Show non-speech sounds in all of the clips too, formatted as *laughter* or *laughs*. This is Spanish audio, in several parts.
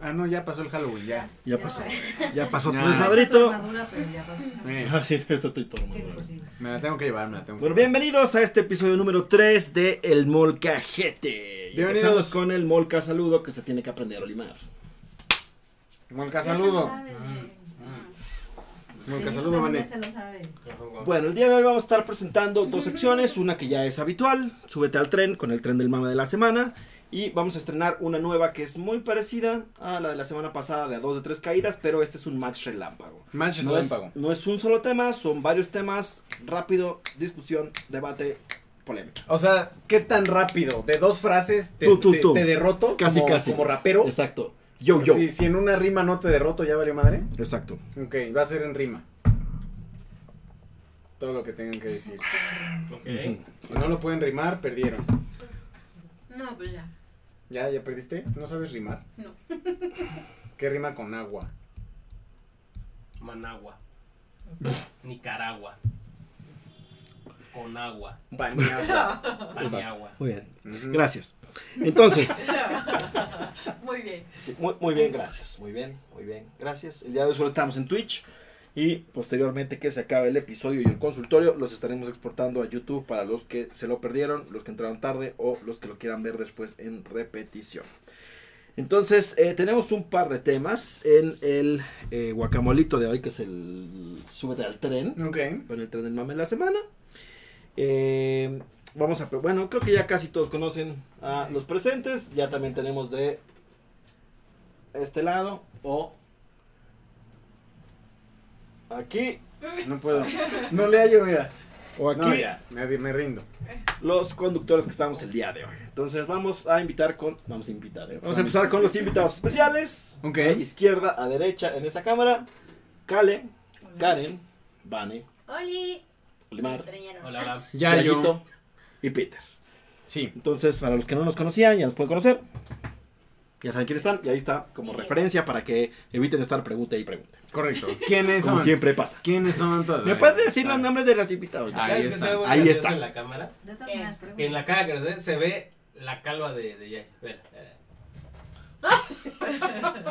Ah, no, ya pasó el Halloween, ya. Ya pasó. Ya pasó Ya. tu desmadrito. Eh, Así está todo y todo. me la tengo que llevar, me la tengo que Bueno, bienvenidos a este episodio número 3 de El Molcajete. Y Bienvenidos. Empezamos con el Molca Saludo que se tiene que aprender a limar. Molca, saludo. Molca, saludo, Vané. Bueno, el día de hoy vamos a estar presentando dos secciones. Una que ya es habitual, Súbete al tren con el tren del mame de la semana. Y vamos a estrenar una nueva que es muy parecida a la de la semana pasada de a dos de tres caídas, pero este es un match relámpago. Match No es, relámpago. no es un solo tema, son varios temas. Rápido, discusión, debate, polémica. O sea, ¿qué tan rápido? De dos frases te, Tú, tú, te- tú. te derroto Casi, como, casi. como rapero. Exacto. Yo, yo. Si, si en una rima no te derroto, ya valió madre. Exacto. Ok, va a ser en rima. Todo lo que tengan que decir. Si no lo pueden rimar, perdieron. No, pues ya. ¿Ya, ya perdiste? ¿No sabes rimar? No. ¿Qué rima *laughs* con agua? Managua. Nicaragua. Con agua. Paniagua. Paniagua. Muy bien. Ujú. Gracias. Entonces, Muy bien. *laughs* sí, muy, muy bien, gracias. Muy bien, muy bien. Gracias. El día de hoy solo estamos en Twitch. Y posteriormente que se acabe el episodio y el consultorio, los estaremos exportando a YouTube para los que se lo perdieron, los que entraron tarde o los que lo quieran ver después en repetición. Entonces, eh, tenemos un par de temas en el eh, guacamolito de hoy, que es el súbete al tren. Ok. con el tren del mame de la semana. Eh, vamos a, pre- bueno, creo que ya casi todos conocen a los presentes. Ya también tenemos de este lado o aquí No puedo. No le hallo, mira. o aquí No, ya. Me, me rindo. los conductores que estamos el día de hoy. Entonces vamos a invitar con, vamos a invitar, eh. vamos a empezar con los invitados especiales. Ok. De izquierda a derecha en esa cámara, Kale, Karen, Vane, Oli. Me Limar, extrañaron. Hola, hola. Ya yo. Chayito y Peter. Sí. Entonces, para los que no nos conocían, ya nos pueden conocer. Ya saben quiénes están y ahí está como Bien. referencia para que eviten estar pregunta y pregunta. Correcto. ¿Quiénes Como son? siempre pasa. ¿Quiénes son todos? ¿Me puedes decir los nombres de las invitadas? Ah. Ahí ¿Sabes qué está. se ve muy Ahí gracioso está. en la cámara? De todas ¿Qué? maneras, Que en pregunta. la cámara que nos ve, se ve la calva de, de Yaya. Vela, eh.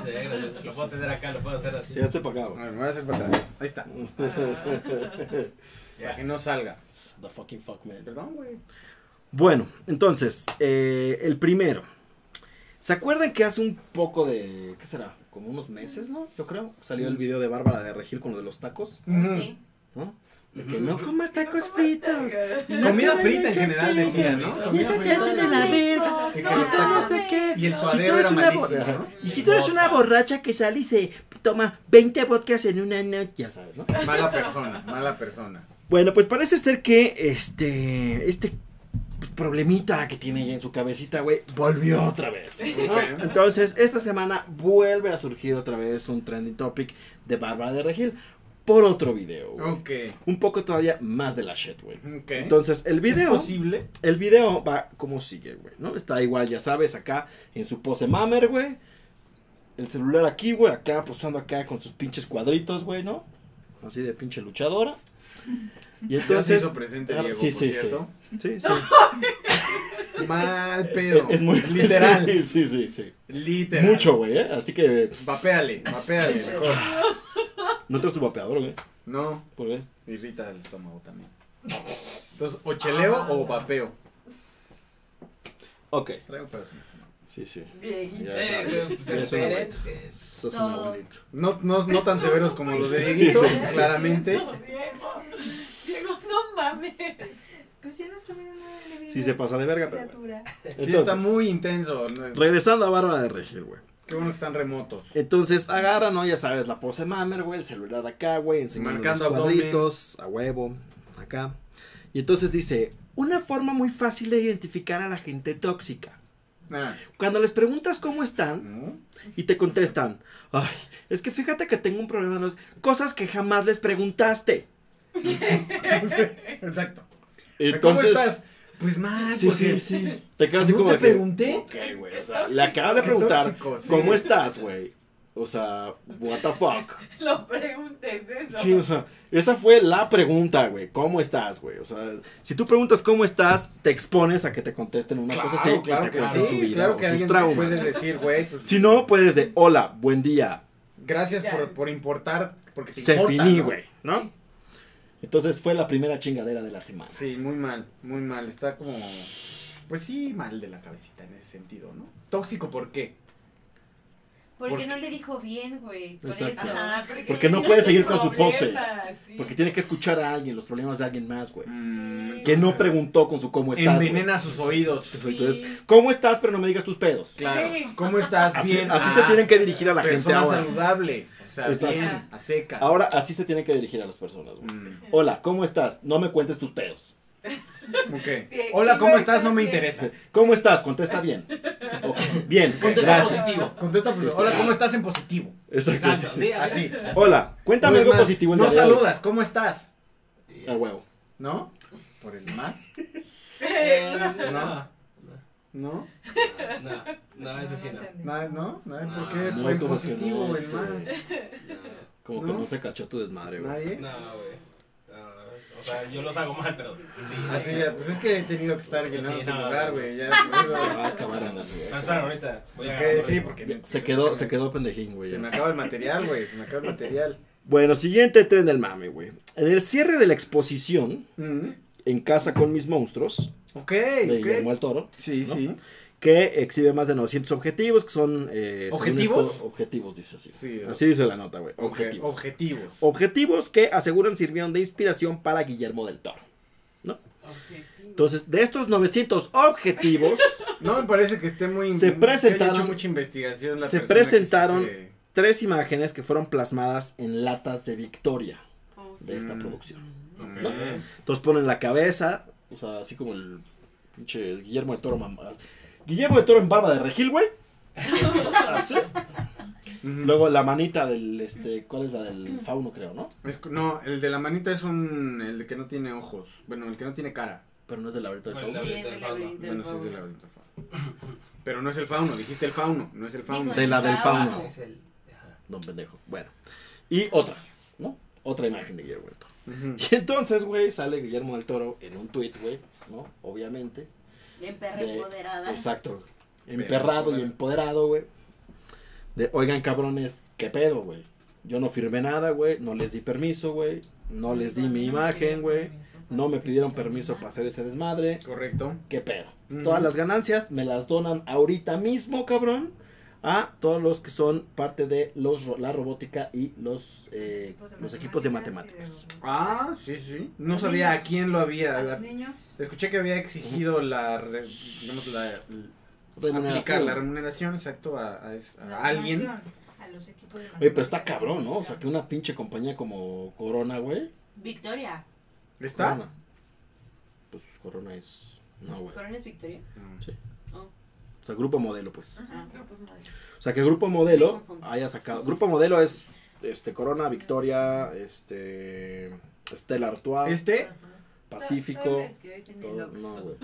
Se ve gracioso. Lo puedo tener acá, lo puedo hacer así. Sí, hazte para acá. A güey. Mm, ver, me voy a hacer para atrás. Ah. Ahí está. Para que Ya. no salga. The fucking fuck, man. Perdón, güey. Bueno, entonces, eh, el primero. ¿Se acuerdan que hace un poco de. ¿Qué será? Como unos meses, ¿no? Yo creo. Salió el video de Bárbara de Regil con lo de los tacos. Sí. ¿No? De que no comas tacos fritos. Comida frita en general decía, ¿no? Comida Eso te frita. hace de la verga. Que No, los tacos- no sé qué. Y el Si tú suadero eres era una malísimo, borracha, ¿no? y si tú eres una borracha que sale y se toma 20 vodkas en una noche, ya sabes, ¿no? *laughs* Mala persona, mala persona. Bueno, pues parece ser que este este pues, problemita que tiene ella en su cabecita, güey, volvió otra vez. ¿no? Ok. Entonces, esta semana vuelve a surgir otra vez un trending topic de Bárbara de Regil por otro video, güey. Ok, Un poco todavía más de la shit, güey. ok. Entonces, el video ¿Es posible? el video va como sigue, güey, ¿no? Está igual, ya sabes, acá en su pose mamer, güey. El celular aquí, güey, acá posando acá con sus pinches cuadritos, güey, ¿no? Así de pinche *laughs* luchadora. Y Ya se entonces... hizo presente Ah, Diego, sí, por sí, *laughs* cierto. *laughs* Sí, sí. Mal Es, pedo. es muy *laughs* *laughs* literal. Sí, sí, sí. sí. Literal. Mucho, güey, ¿eh? Así que Vapeale, *laughs* vapeale, mejor. no traes tu vapeador, güey. No, ¿Por qué? irrita el estómago también. Entonces, o cheleo o vapeo. Ok. Traigo pedos en el estómago. Sí, sí. Bien. Ya Eh, sabes. güey, Ya pues, es una esperen, abuelita. que- Sos un Todos. abuelito. No, no, no tan severos como los *laughs* de Dieguito, claramente. No, Diego. Diego, no mames. Pues ya no sabía nada de mi Sí se pasa de verga, pero bueno. criatura. Sí, está Entonces, muy intenso. no es- Regresando a Bárbara de Regil, güey. Qué bueno que están remotos. Entonces agarra, ¿no? Ya sabes, la pose mamer, güey, el celular acá, güey, enseñando Marcando los abdomen. cuadritos, a huevo, acá. Y entonces dice, una forma muy fácil de identificar a la gente tóxica. Ah, Cuando les preguntas cómo están ¿no? y te contestan, ay, es que fíjate que tengo un problema, no sé", cosas que jamás les preguntaste. Sí, Eh. Exacto. Entonces, ¿Cómo estás? Pues mal, Sí, sí, porque sí. Te quedas así ¿No como te que, pregunté? ok, güey, o sea, le acabas *laughs* de Qué preguntar, tóxico, sí. ¿cómo estás, güey? O sea, what the *laughs* fuck. Lo preguntes eso. Sí, o sea, esa fue la pregunta, güey. ¿Cómo estás, güey? O sea, si tú preguntas cómo estás, te expones a que te contesten una Claro, cosa así, claro que te que cuenten sí, su vida claro o que sus alguien traumas. puede decir, güey, pues, Si no, puedes de hola, buen día, gracias Ya. por, por importar, porque te se importa, finí, ¿no? güey, ¿no? Entonces fue la primera chingadera de la semana. Sí, muy mal, muy mal, está como, pues sí, mal de la cabecita en ese sentido, ¿no? Tóxico, ¿por qué? Porque porque- no le dijo bien, güey. Por Exacto. eso. Ajá, porque- Porque no puede seguir con su pose. Problema, sí. Porque tiene que escuchar a alguien, los problemas de alguien más, güey. Mm, Que no preguntó con su cómo estás. güey. envenena sus oídos. Sí. Entonces, ¿cómo estás? Pero no me digas tus pedos. Claro. Sí. ¿Cómo estás? Así, bien. así se Ah, tienen que dirigir a la gente persona ahora. saludable. O sea, Exacto. bien, a secas. Ahora así se tienen que dirigir a las personas, güey. Mm, Hola, ¿cómo estás? No me cuentes tus pedos. *laughs* ok. Sí, Hola, sí, ¿cómo güey, estás? No me sí. interesa. ¿Cómo estás? Contesta bien. O- bien, Contesta contesta gracias. positivo. Contesta Sí, sí. positivo. Hola, ¿cómo estás en positivo? Exacto, Exacto, sí, sí. sí, Así. Hola, cuéntame No es Pues algo más, positivo. el No día de hoy. saludas, ¿cómo estás? A huevo. ¿No? Por el más. Eh, No, No. no, ¿No? no, Ah, no, eso sí no. entendí. Nada, ¿no? Nada, ¿por No, qué? Ah, no, Fue en como que no, pues positivo, el este, más. No, Como que ¿No? no se cachó tu desmadre, güey. ¿Nadie? no, güey. No, no, o sea, yo los hago mal, pero. Sí, Así, ya, pues es que he tenido que estar llenando Sí, tu no, lugar, no. güey. *laughs* Ya, Se por va a acabar en la No, mierda. espera, ahorita. Voy a eso. Ok, agarrar- sí, porque Se quedó, se se quedó pendejín, güey. Se me acaba el material, güey. Se me acaba el material. Bueno, siguiente tren del mame, güey. En el cierre de la exposición, Mm. En casa con mis monstruos, Ok, de Guillermo ok. del Toro, Sí, ¿no? sí. que exhibe más de 900 objetivos, que son... eh, según ¿Objetivos? esto, objetivos, dice así. Sí. así dice la nota, güey. Ok, Objetivos. Objetivos. Objetivos que aseguran sirvieron de inspiración para Guillermo del Toro. Objetivo. Entonces, de estos 900 objetivos, No me parece que esté muy. Se que haya presentaron- hecho mucha investigación la se persona que presentaron- se- tres imágenes que fueron plasmadas en latas de Victoria Oh, sí. de esta Mm. producción. Ok. ¿no? Entonces ponen la cabeza, o sea, así como el pinche Guillermo del Toro mamá. Guillermo del Toro en barba de regil, güey. Así. Ujú. Luego la manita del, este, ¿cuál es la del fauno, creo, no? Es cu- no, el de la manita es un. El de que no tiene ojos. Bueno, el que no tiene cara. Pero no es del laberinto del Bueno, fauno. Sí, es el laberinto del Bueno, sí es fauno. del laberinto del fauno. Pero no es el fauno, dijiste el fauno, no es el fauno. Dijo De la del fauno. fauno. Es el- ajá. Don pendejo. Bueno. Y otra, ¿no? Otra imagen de Guillermo del Toro. Ujú. Y entonces, güey, sale Guillermo del Toro en un tuit, güey, ¿no? Obviamente. Bien perra De- empoderada. Exacto. Emperrado y empoderado, güey. De, oigan, cabrones, ¿qué pedo, güey? Yo no firmé nada, güey. No les di permiso, güey. No les di mi imagen, güey. No me pidieron permiso para hacer ese desmadre. Correcto. ¿Qué pedo? Ujú. Todas las ganancias me las donan ahorita mismo, cabrón. A todos los que son parte de los, ro- la robótica y los, eh, los equipos de matemáticas. Ah, sí, sí. No Los sabía a niños. quién lo A los había. niños. Escuché que había exigido la. re- digamos, la. aplicar la Remuneración. remuneración, exacto, a, a es- a la alguien. donación A los equipos de Oye, pero está cabrón, ¿no? O sea, que una pinche compañía como Corona, güey. Victoria. ¿Está? Corona. Pues Corona es. No, güey. ¿Corona es Victoria? Mm. O sea, Grupo Modelo, pues. Ajá. No, pues no. O sea, que Grupo Modelo Me confundí. haya sacado. Grupo Modelo es este Corona, Victoria, este. Estela Artois, Este, Pacífico. Es que ves en el todo- Oxxo. no, *laughs* güey.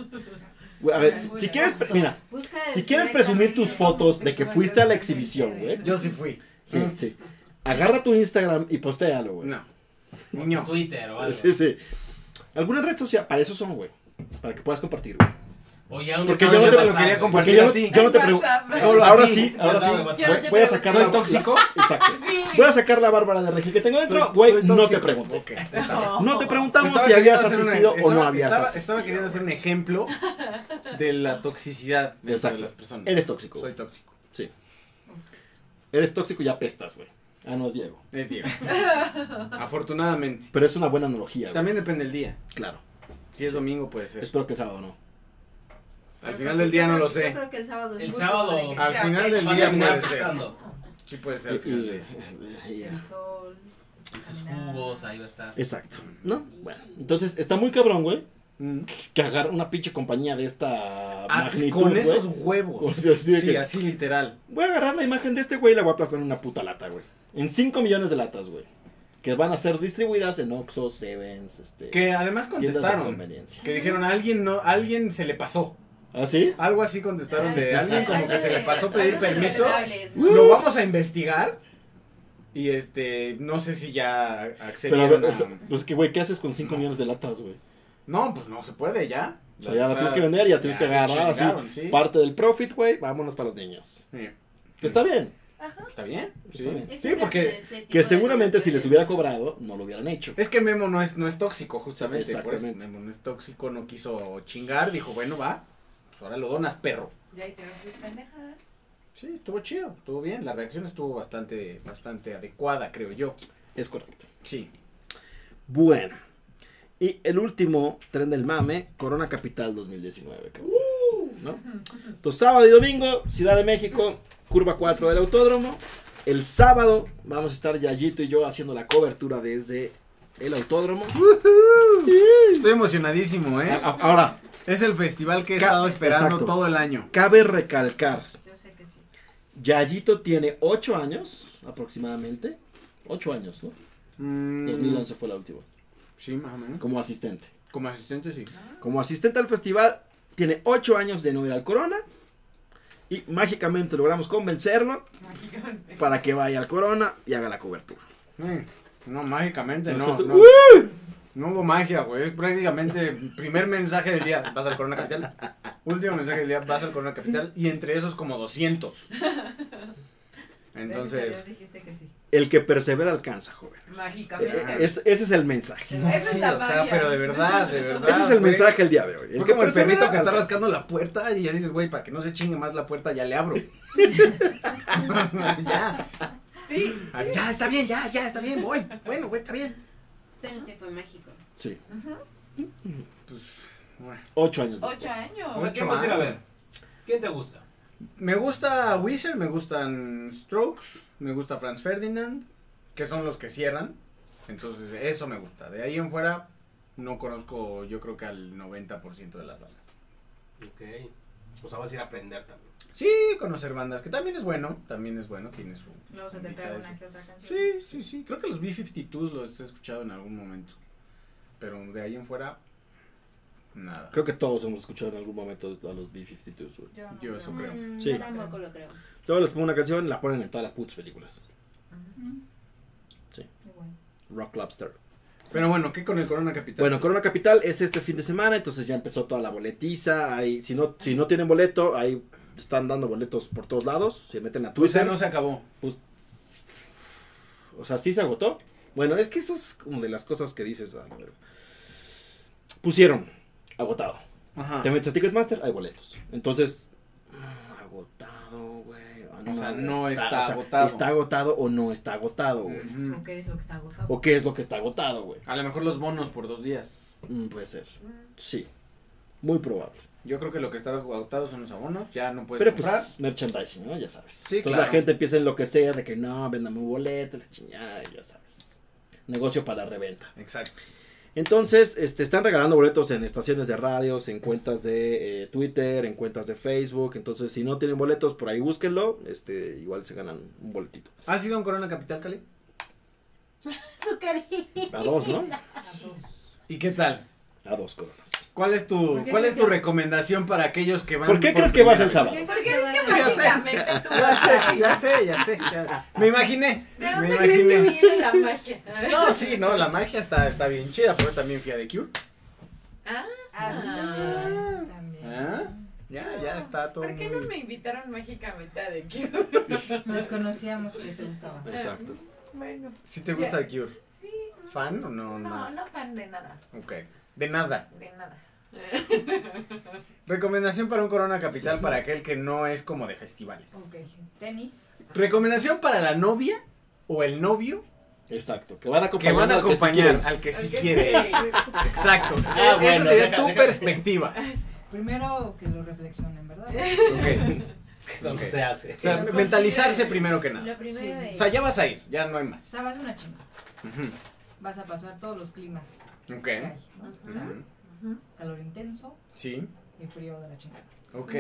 Güey, A ver, si, si quieres. pre- Mira, Busca si el quieres directamente presumir tus cómo fotos de que presumir fuiste a la los exhibición, exhibidores. güey. yo sí fui. Sí, Mm. sí. Agarra tu Instagram y postéalo, güey. No. Niño. Twitter o algo. Sí, sí. Alguna red social, para eso son, güey. Para que puedas compartir, güey. O ya no Porque me yo no sabes te de lo WhatsApp, quería güey. compartir. Porque yo, no- a ti. yo no te Ay, pregunto. WhatsApp. Solo, ahora A ti. sí, ahora sí. Mandado de WhatsApp. Yo no te Voy a pregunto. sacar ¿Soy la- tóxico? Exacto. Sí. Voy a sacar la Bárbara de Regil que tengo dentro. Güey, no te pregunté. pregunto. No te preguntamos Estaba si queriendo habías hacer una- asistido o no estaba- habías estaba, asistido. estaba queriendo hacer un ejemplo de la toxicidad dentro Exacto. de las personas. Eres tóxico. Soy güey. tóxico. Sí. Eres tóxico y apestas, güey. Ah, no es Diego. Es Diego. *laughs* Afortunadamente. Pero es una buena analogía, güey. También depende del día. Claro. Si es domingo puede ser. Espero que el sábado no. Al final del día no lo sé. Yo creo que el sábado es El muy sábado- probable que Al sea final del Va a día terminar puede ser. pescando. Sí puede ser. Y- al final del y- día. ya. El sol. Sus jugos, ahí va a estar. Exacto, ¿no? Bueno, entonces está muy cabrón, güey, que agarrar una pinche compañía de esta Mm. Ah, magnitud, con güey. esos huevos. Con- así de Sí, que- así literal. Voy a agarrar la imagen de este güey y la voy a plasmar en una puta lata, güey. En 5 millones de latas, güey. Que van a ser distribuidas en Oxxo, Sevens, este... Que además tiendas de contestaron. conveniencia. Que dijeron a alguien no, a alguien se le pasó. ¿Ah, sí? Algo así contestaron de alguien como que se le pasó pedir Algo de permiso. vulnerables, ¿no? Lo vamos a investigar. Y este, no sé si ya Pero a ver, accedieron o a... sea, pues que, güey, ¿qué haces con 5 millones de latas, güey? No, pues no se puede ya. O sea, ya la tienes que vender, ya tienes que se agarrar así. chingaron, sí. Parte del profit, güey, vámonos para los niños. Sí. Que está bien. Ajá. pues, Está bien. Sí, Está bien. Es sí que porque ese tipo Que de seguramente si negocios- les hubiera cobrado, no lo hubieran hecho. es que Memo no es, no es tóxico, justamente. Por eso Exactamente. Memo no es tóxico, no quiso chingar, dijo, bueno, va, pues ahora lo donas, perro. Ya hicieron sus pendejadas. *laughs* Sí, estuvo chido, estuvo bien. La reacción estuvo bastante, bastante adecuada, creo yo. Es correcto. Sí. Bueno. Y el último tren del mame, Corona Capital 2019. cabrón. ¿No? Entonces, sábado y domingo, Ciudad de México, curva 4 del autódromo. El sábado vamos a estar Yayito y yo haciendo la cobertura desde el autódromo. Estoy emocionadísimo, ¿eh? A- a- Ahora, Es el festival que he Ca- estado esperando exacto. todo el año. cabe recalcar, Yo sé que sí. Yayito tiene 8 años aproximadamente. 8 años, ¿no? Mm, 2011 fue la última, Sí, más o menos. como asistente. Como asistente, sí. Como asistente al festival, tiene 8 años de no ir al Corona. Y mágicamente logramos convencerlo Mágicamente. para que vaya al Corona y haga la cobertura. Mm, No, mágicamente no. Entonces, no. No hubo magia, güey. Es prácticamente primer mensaje del día, vas al Corona Capital. Último mensaje del día, vas al Corona Capital. Y entre esos como *laughs* 200. Gracias a Dios Entonces, dijiste que sí. El que persevera alcanza, joven. Mágicamente. Es- ese es el mensaje. Esa es sí, la o sea, magia. pero de verdad, de verdad. Ese es el güey. mensaje el día de hoy. Fue como el persevera perrito que está alcanza. rascando la puerta y ya dices, güey, para que no se chingue más la puerta, ya le abro. *laughs* ya, Sí, Ah, ya, está bien, ya, ya, está bien, voy. Bueno, güey, está bien. pero sí fue mágico. Sí, Pues, bueno. 8 años después. Ocho ¿eh? años. O sea, ¿Qué vas a ir a ver? ¿Quién te gusta? Me gusta Wizard, me gustan Strokes, me gusta Franz Ferdinand, que son los que cierran. Entonces, eso me gusta. De ahí en fuera, no conozco, yo creo que al 90% de las bandas. Ok. O sea, vas a ir a aprender también. Sí, conocer bandas, que también es bueno, también es bueno, tiene su... Luego se te ondita pega de una su- que otra canción. Sí, sí, sí, creo que los B-52s los he escuchado en algún momento. Pero de ahí en fuera, nada. Creo que todos hemos escuchado en algún momento a los B-52s. güey. Yo, no Yo eso creo. Mm, Sí. Yo tampoco lo creo. Luego les pongo una canción y la ponen en todas las putas películas. Igual. Rock Lobster. Pero bueno, ¿qué con el Corona Capital? Bueno, Corona Capital es este fin de semana, entonces ya empezó toda la boletiza. Ahí, si no, si no tienen boleto, ahí están dando boletos por todos lados. Se meten o a sea, Twitter. Pues no se acabó. O sea, sí se agotó. Bueno, es que eso es como de las cosas que dices. ah, pero- Pusieron, agotado. Ajá. Te metes a Ticketmaster, hay boletos. Entonces, mm, agotado, güey. Ah, O sea, güey. no está o sea, agotado. Está agotado o no está agotado, güey. Ujú. ¿O qué es lo que está agotado? O qué es lo que está agotado, güey. A lo mejor los bonos por dos días. Mm, puede ser. Mm. Sí. Muy probable. Yo creo que lo que está agotado son los abonos, ya no puedes Pero comprar. pues merchandising, ¿no? Ya sabes. Sí, Entonces la claro. gente empieza a enloquecer de que no, véndame un boleto, la chingada, ya sabes. Negocio para reventa. Exacto. Entonces, este, están regalando boletos en estaciones de radios, en cuentas de eh, Twitter, en cuentas de Facebook. Entonces, si no tienen boletos, por ahí búsquenlo. Este, igual se ganan un boletito. ¿Has ido a un Corona Capital, Cali? Su cariño. A *laughs* dos, ¿no? ¿Y qué tal? A dos coronas. ¿Cuál es tu, qué cuál es tu crees que- recomendación para aquellos que van ¿Por qué crees que primera vas el vez? sábado? ¿Por qué es que Ya sé. mágicamente tú Ya sé, ya vas sé, ya sé. ya- Me imaginé. ¿De Me dónde crees que imaginé. viene la magia? No, sí, no, la magia está, está bien chida, pero también fui a The Cure. Ah, Así también. también. Ah, Ya, ya está todo. ¿Por qué no muy- me invitaron mágicamente a The Cure? Nos conocíamos que te Ah. gustaba. Exacto. Bueno, ¿Sí te gusta The Cure? sí. ¿Fan o no? No, más? no fan de nada, Ok. De nada. de nada. Recomendación para un Corona Capital para aquel que no es como de festivales. Ok, tenis. Recomendación para la novia o el novio Exacto. Que van a que van a acompañar. acompañar Ah, al sí quieren. al que sí Ok. quiere. Exacto. E-, Ah, Esa bueno, sería deja- tu deja- perspectiva. Ah, sí. Primero que lo reflexionen, ¿verdad? Eh, Ok. Eso Ok. no se hace. O sea, mentalizarse primero que nada. Lo primero Sí, es. O sea, ya vas a ir, ya no hay O más. sea, vas a una chingada. Ujú. Vas a pasar todos los climas Ok. que hay, ¿no? O sea, Ujú. calor intenso Sí. y frío de la chingada. Ok.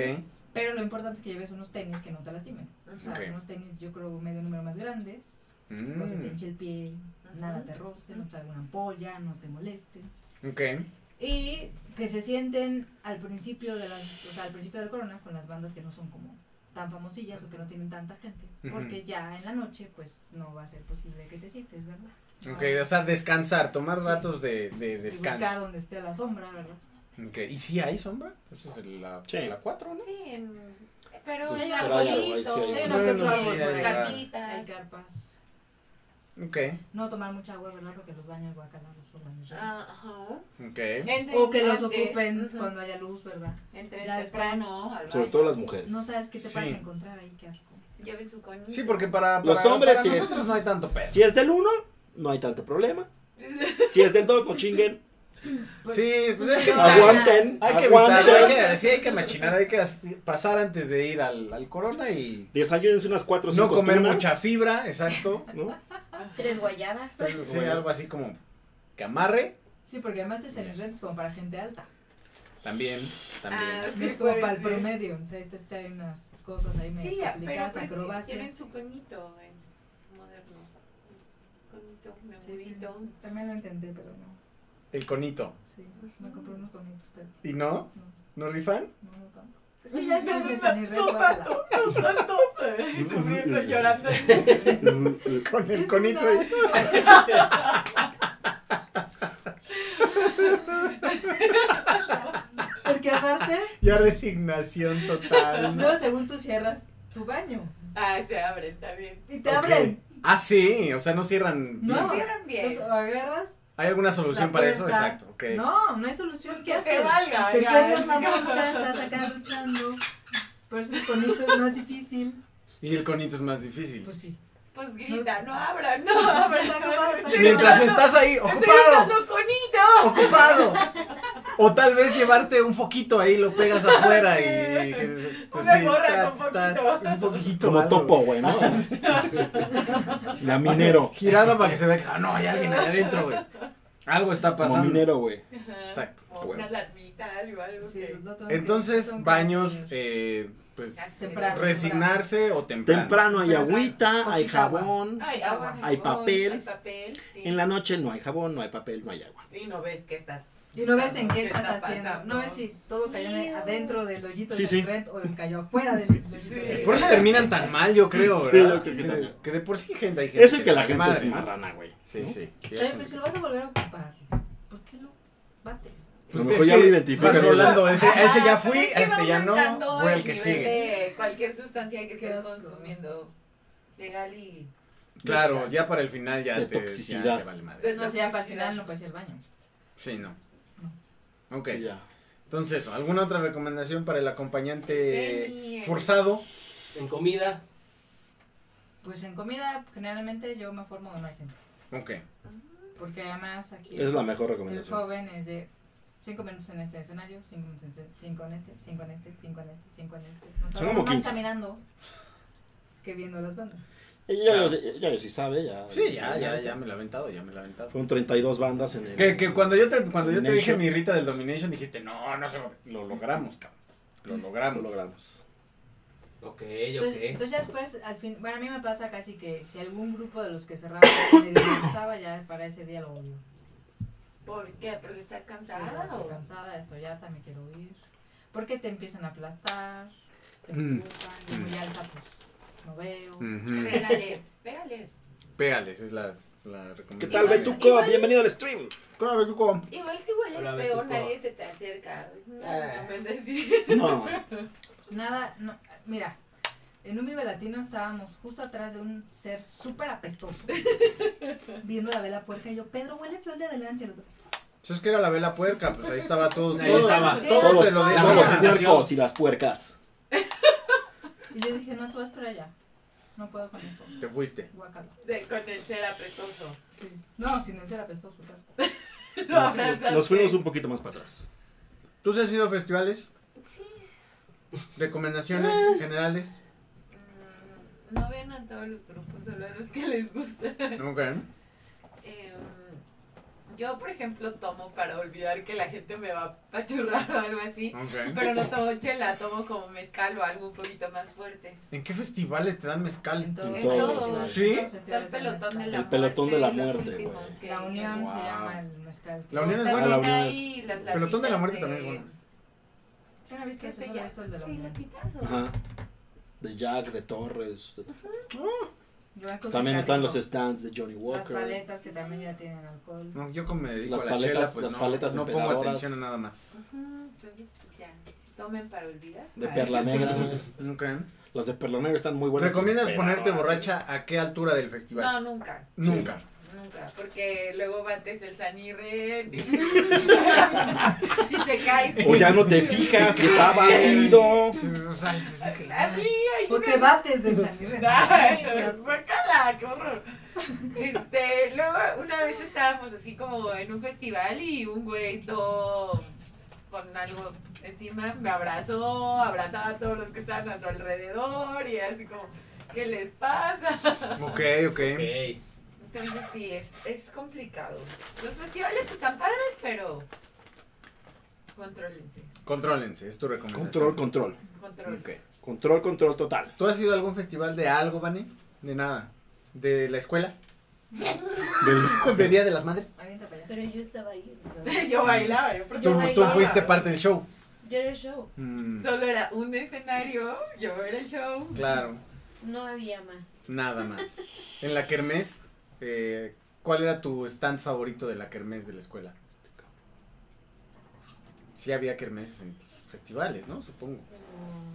Pero lo importante es que lleves unos tenis que no te lastimen. O sea, Ok. unos tenis, yo creo, medio número más grandes. No se te Mm. hinche el pie, nada Ujú. te roce, no te salga una ampolla, no te moleste. Ok. Y que se sienten al principio de las, o sea, al principio del corona con las bandas que no son como tan famosillas o que no tienen tanta gente. Ujú. Porque ya en la noche, pues no va a ser posible que te sientes, ¿verdad? Ok, o sea, descansar, tomar Ah. Sí. ratos de, de Y buscar descanso. donde esté la sombra, ¿verdad? Ok, ¿Y si hay sombra? Eso es la Sí. 4, ¿no? Sí, en- pero Pues, el pero hay algo ahí, sí, arbolito, hay algo. no que Bueno, tu sí, árbol, hay algo. Hay cartitas. carpas. Ok, No tomar mucha agua, ¿verdad? Porque los baños guacalados son baños. raros. Ah, ajá. ok. Entren O que los antes, ocupen ujú. cuando haya luz, ¿verdad? Entren ya temprano. al Sobre baño. todo las mujeres. No sabes qué te Sí. vas a encontrar ahí, qué asco. Lleven su coño. Sí, porque *laughs* para, para Los hombres para sí es- nosotros no hay tanto peso. Si es del 1, no hay tanto problema. Si es del 2, *laughs* no chinguen. Sí, pues es que Aguanten. hay que evitarlo, hay que, sí hay que machinar, hay que as- pasar antes de ir al, al corona y Desayúnense unas 4 o 5 no comer mucha *laughs* fibra, exacto. ¿no? Tres guayadas. Sí, algo así como que amarre, Sí, porque además el Cenerrent es como para gente alta. también, Ah, también. No sí, es como puede para el ser. promedio. O sea, esta está en unas cosas ahí medio Sí, pero complicadas, pues, tienen acrobacias. su conito en moderno. Su Conito, un Sí, sí. agujito. También lo intenté, pero no. El conito. Sí, me compré unos bonitos, pero ¿Y no? no, ¿No rifan? no me tanto. Es que *laughs* ya es más de Cenerrent, guácala. Entonces, sufriendo, llorando. *laughs* Con el Es conito. una- y- *laughs* Porque aparte, Ya resignación total. ¿no? luego según tú cierras tu baño Ah, se abren también. y te abren. Ok. Ah, sí, o sea, no cierran. No. Lo hicieron bien. Entonces o agarras. ¿Hay alguna La solución para eso? puerta. Exacto, ok. No, no hay solución. pues, ¿Qué Pues que haces? valga. Te ya, quedas es- la *laughs* bolsa, *laughs* estás acá luchando. Por eso el conito es más difícil. Y el conito es más difícil. Pues sí. Pues grita, no abran, no abran. Está acabado, está *laughs* acabado. Mientras estás ahí, ocupado, ¡No, conito! ocupado. O tal vez llevarte un foquito ahí, lo pegas afuera *laughs* y. y que- pues, Una gorra con foquito. un poquito. Como algo. topo, güey, ¿no? *laughs* *laughs* La minero. Girada para que se vea que, ah, no, hay alguien ahí adentro, güey. Algo está Como pasando. minero, güey. Exacto. O una larmita, algo, algo Sí, que- no tengo que- Entonces, tengo que baños, decir. eh, pues. Temprano. Resignarse o temprano. Temprano hay Temprano. agüita, hay Poquita agua. jabón. Hay agua, Hay jabón, papel. Hay papel, sí. En la noche no hay jabón, no hay papel, no hay agua. Y no ves qué estás. Y no ves en ¿Qué qué está estás haciendo. pasando? No ves si todo cayó en- adentro del hoyito Sí, de sí. red o cayó afuera del del hoyito. Sí. de red. Por eso terminan tan mal, yo creo, Sí, ¿verdad? yo creo que que, también. que de por sí gente hay gente. Eso y que la vale gente madre, Pues es ¿no? marrana, güey. Sí, ¿no? sí. sí, hay Oye, gente pues si que lo sí. vas a volver a ocupar, ¿por qué lo bates? A lo Pues mejor es ya lo que identificas. vas rolando, ese, Ajá, a ese ya pero fui, es a que este va ya no, aumentando voy al el que nivel sigue. de cualquier sustancia que Qué estés asco. consumiendo legal y. Claro, ya para el final ya De te, ya toxicidad. te vale madre. Pues, No, si ya para el final no puedes ir al baño. Sí, no. Ok, Sí, ya. entonces, eso, ¿alguna otra recomendación para el acompañante Tenis. forzado? En comida, Pues en comida, generalmente yo me formo de no hay gente. Ok, Porque además aquí Es la mejor el recomendación. joven es de 5 minutos en este escenario, 5 minutos en este, 5 en este, 5 en este, 5 en este, 5 en este. Nos Son tardamos como más 15. caminando que viendo las bandas. Ella ya, ya sí sabe, ya. sí, ya, ya, ya me la he aventado, ya me la he aventado. Fueron 32 bandas en el. Que, que cuando yo te, cuando yo te dije Domination. mi rita del Domination, dijiste, no, no se va a- Lo logramos, cabrón. Lo Lo logramos. *laughs* logramos. ok, Entonces, ok. entonces ya después, al fin, bueno, a mí me pasa casi que si algún grupo de los que cerraban me *coughs* disgustaba, ya para ese día lo odio. ¿Por qué? ¿Porque estás Sí, ya cansada estoy o.? cansada, estoy harta, me quiero ir. Porque te empiezan a aplastar, te Mm. empujan, yo muy alta, pues no veo. Ujú. Pégales, pégales. Pégales, es la, la recomendación. ¿Qué tal, Igual- Betuco? igual- Bienvenido al stream. ¿Cómo ves, Cuco? Igual si hueles Hola, feo, Betuco. nadie se te acerca. Es una *laughs* Ah. recomendación. No. Nada, no, mira, en un Vive Latino estábamos justo atrás de un ser súper apestoso, viendo la vela puerca, y yo, Pedro, huele feo el de adelante. y el otro, Pues es que era la vela puerca, pues ahí estaba todo. Ahí todo- estaba. Todo, Todos te lo los, decía. todos los narcos y las puercas. Y yo dije, no, tú vas para allá, no puedo con esto, Te fuiste. guacala. De- con el ser apretoso. Sí. No, sin el ser apestoso, casco. *laughs* Lo abrazaste. Nos fuimos un poquito más para atrás. ¿Tú sí Ah. has ido a festivales? Sí. Recomendaciones generales. Mm, No vean a todos los grupos, solo a los que les gusta. Ok. Em, yo, por ejemplo, tomo para olvidar que la gente me va a churrar *laughs* o algo así. Ok. Pero no tomo chela, tomo como mezcal o algo un poquito más fuerte. ¿En qué festivales te dan mezcal? Entonces, En todos. festivales, ¿Sí? todos los Está el festivales hay pelotón de mezcal. la El pelotón de la los muerte, últimos güey. que- La unión Wow. se llama el mezcal. La unión es También buena. La unión hay las El pelotón de la muerte latitas también es bueno. Yo no este? he visto ¿Qué se eso, solo he llama? visto el de la Ay, unión. latitas, ¿o? Ajá. De Jack, de Torres. de- Yo me acuerdo También que están los rico. stands de Johnny Las Walker. paletas que también ya tienen alcohol. No, yo como me dedico Las a la paletas- chela, pues las no, paletas no pongo empedadoras. atención a nada más. Ujú, Entonces, pues ya, si tomen para olvidar. De Ay. Perla Negra. güey. Ok. Las de Perla Negra están muy buenas. ¿Recomiendas Empedadoras, ponerte güey. borracha a qué altura del festival? No, nunca, Nunca. nunca, porque luego bates el sanirre *laughs* *laughs* y y te caes. O ya no *laughs* te *laughs* fijas si está batido. O sea, es que- A mí hay O te unas- bates del salir. *laughs* Ay, guácala, qué horror. Este, luego una vez estábamos así como en un festival y un güey todo con algo encima me abrazó, abrazaba a todos los que estaban a su alrededor y así como, ¿qué les pasa? Ok, ok. Ok. Entonces sí, es, es complicado. Los festivales están padres, pero contrólense, Contrólense, es tu recomendación. Control, control. control. Ok. Control, control total. ¿Tú has ido a algún festival de algo, Vane? De nada. ¿De la escuela? De *laughs* los- ¿De Día de las Madres? Avienta para allá. Pero yo estaba ahí. *laughs* Yo bailaba, yo porque Tú, Yo tú bailaba. fuiste parte del show. Yo era el show. Mm, solo era un escenario, yo era el show. claro, No había más. nada más. En la kermés, eh, ¿cuál era tu stand favorito de la kermés de la escuela? Sí había kermeses en festivales, ¿no? Supongo.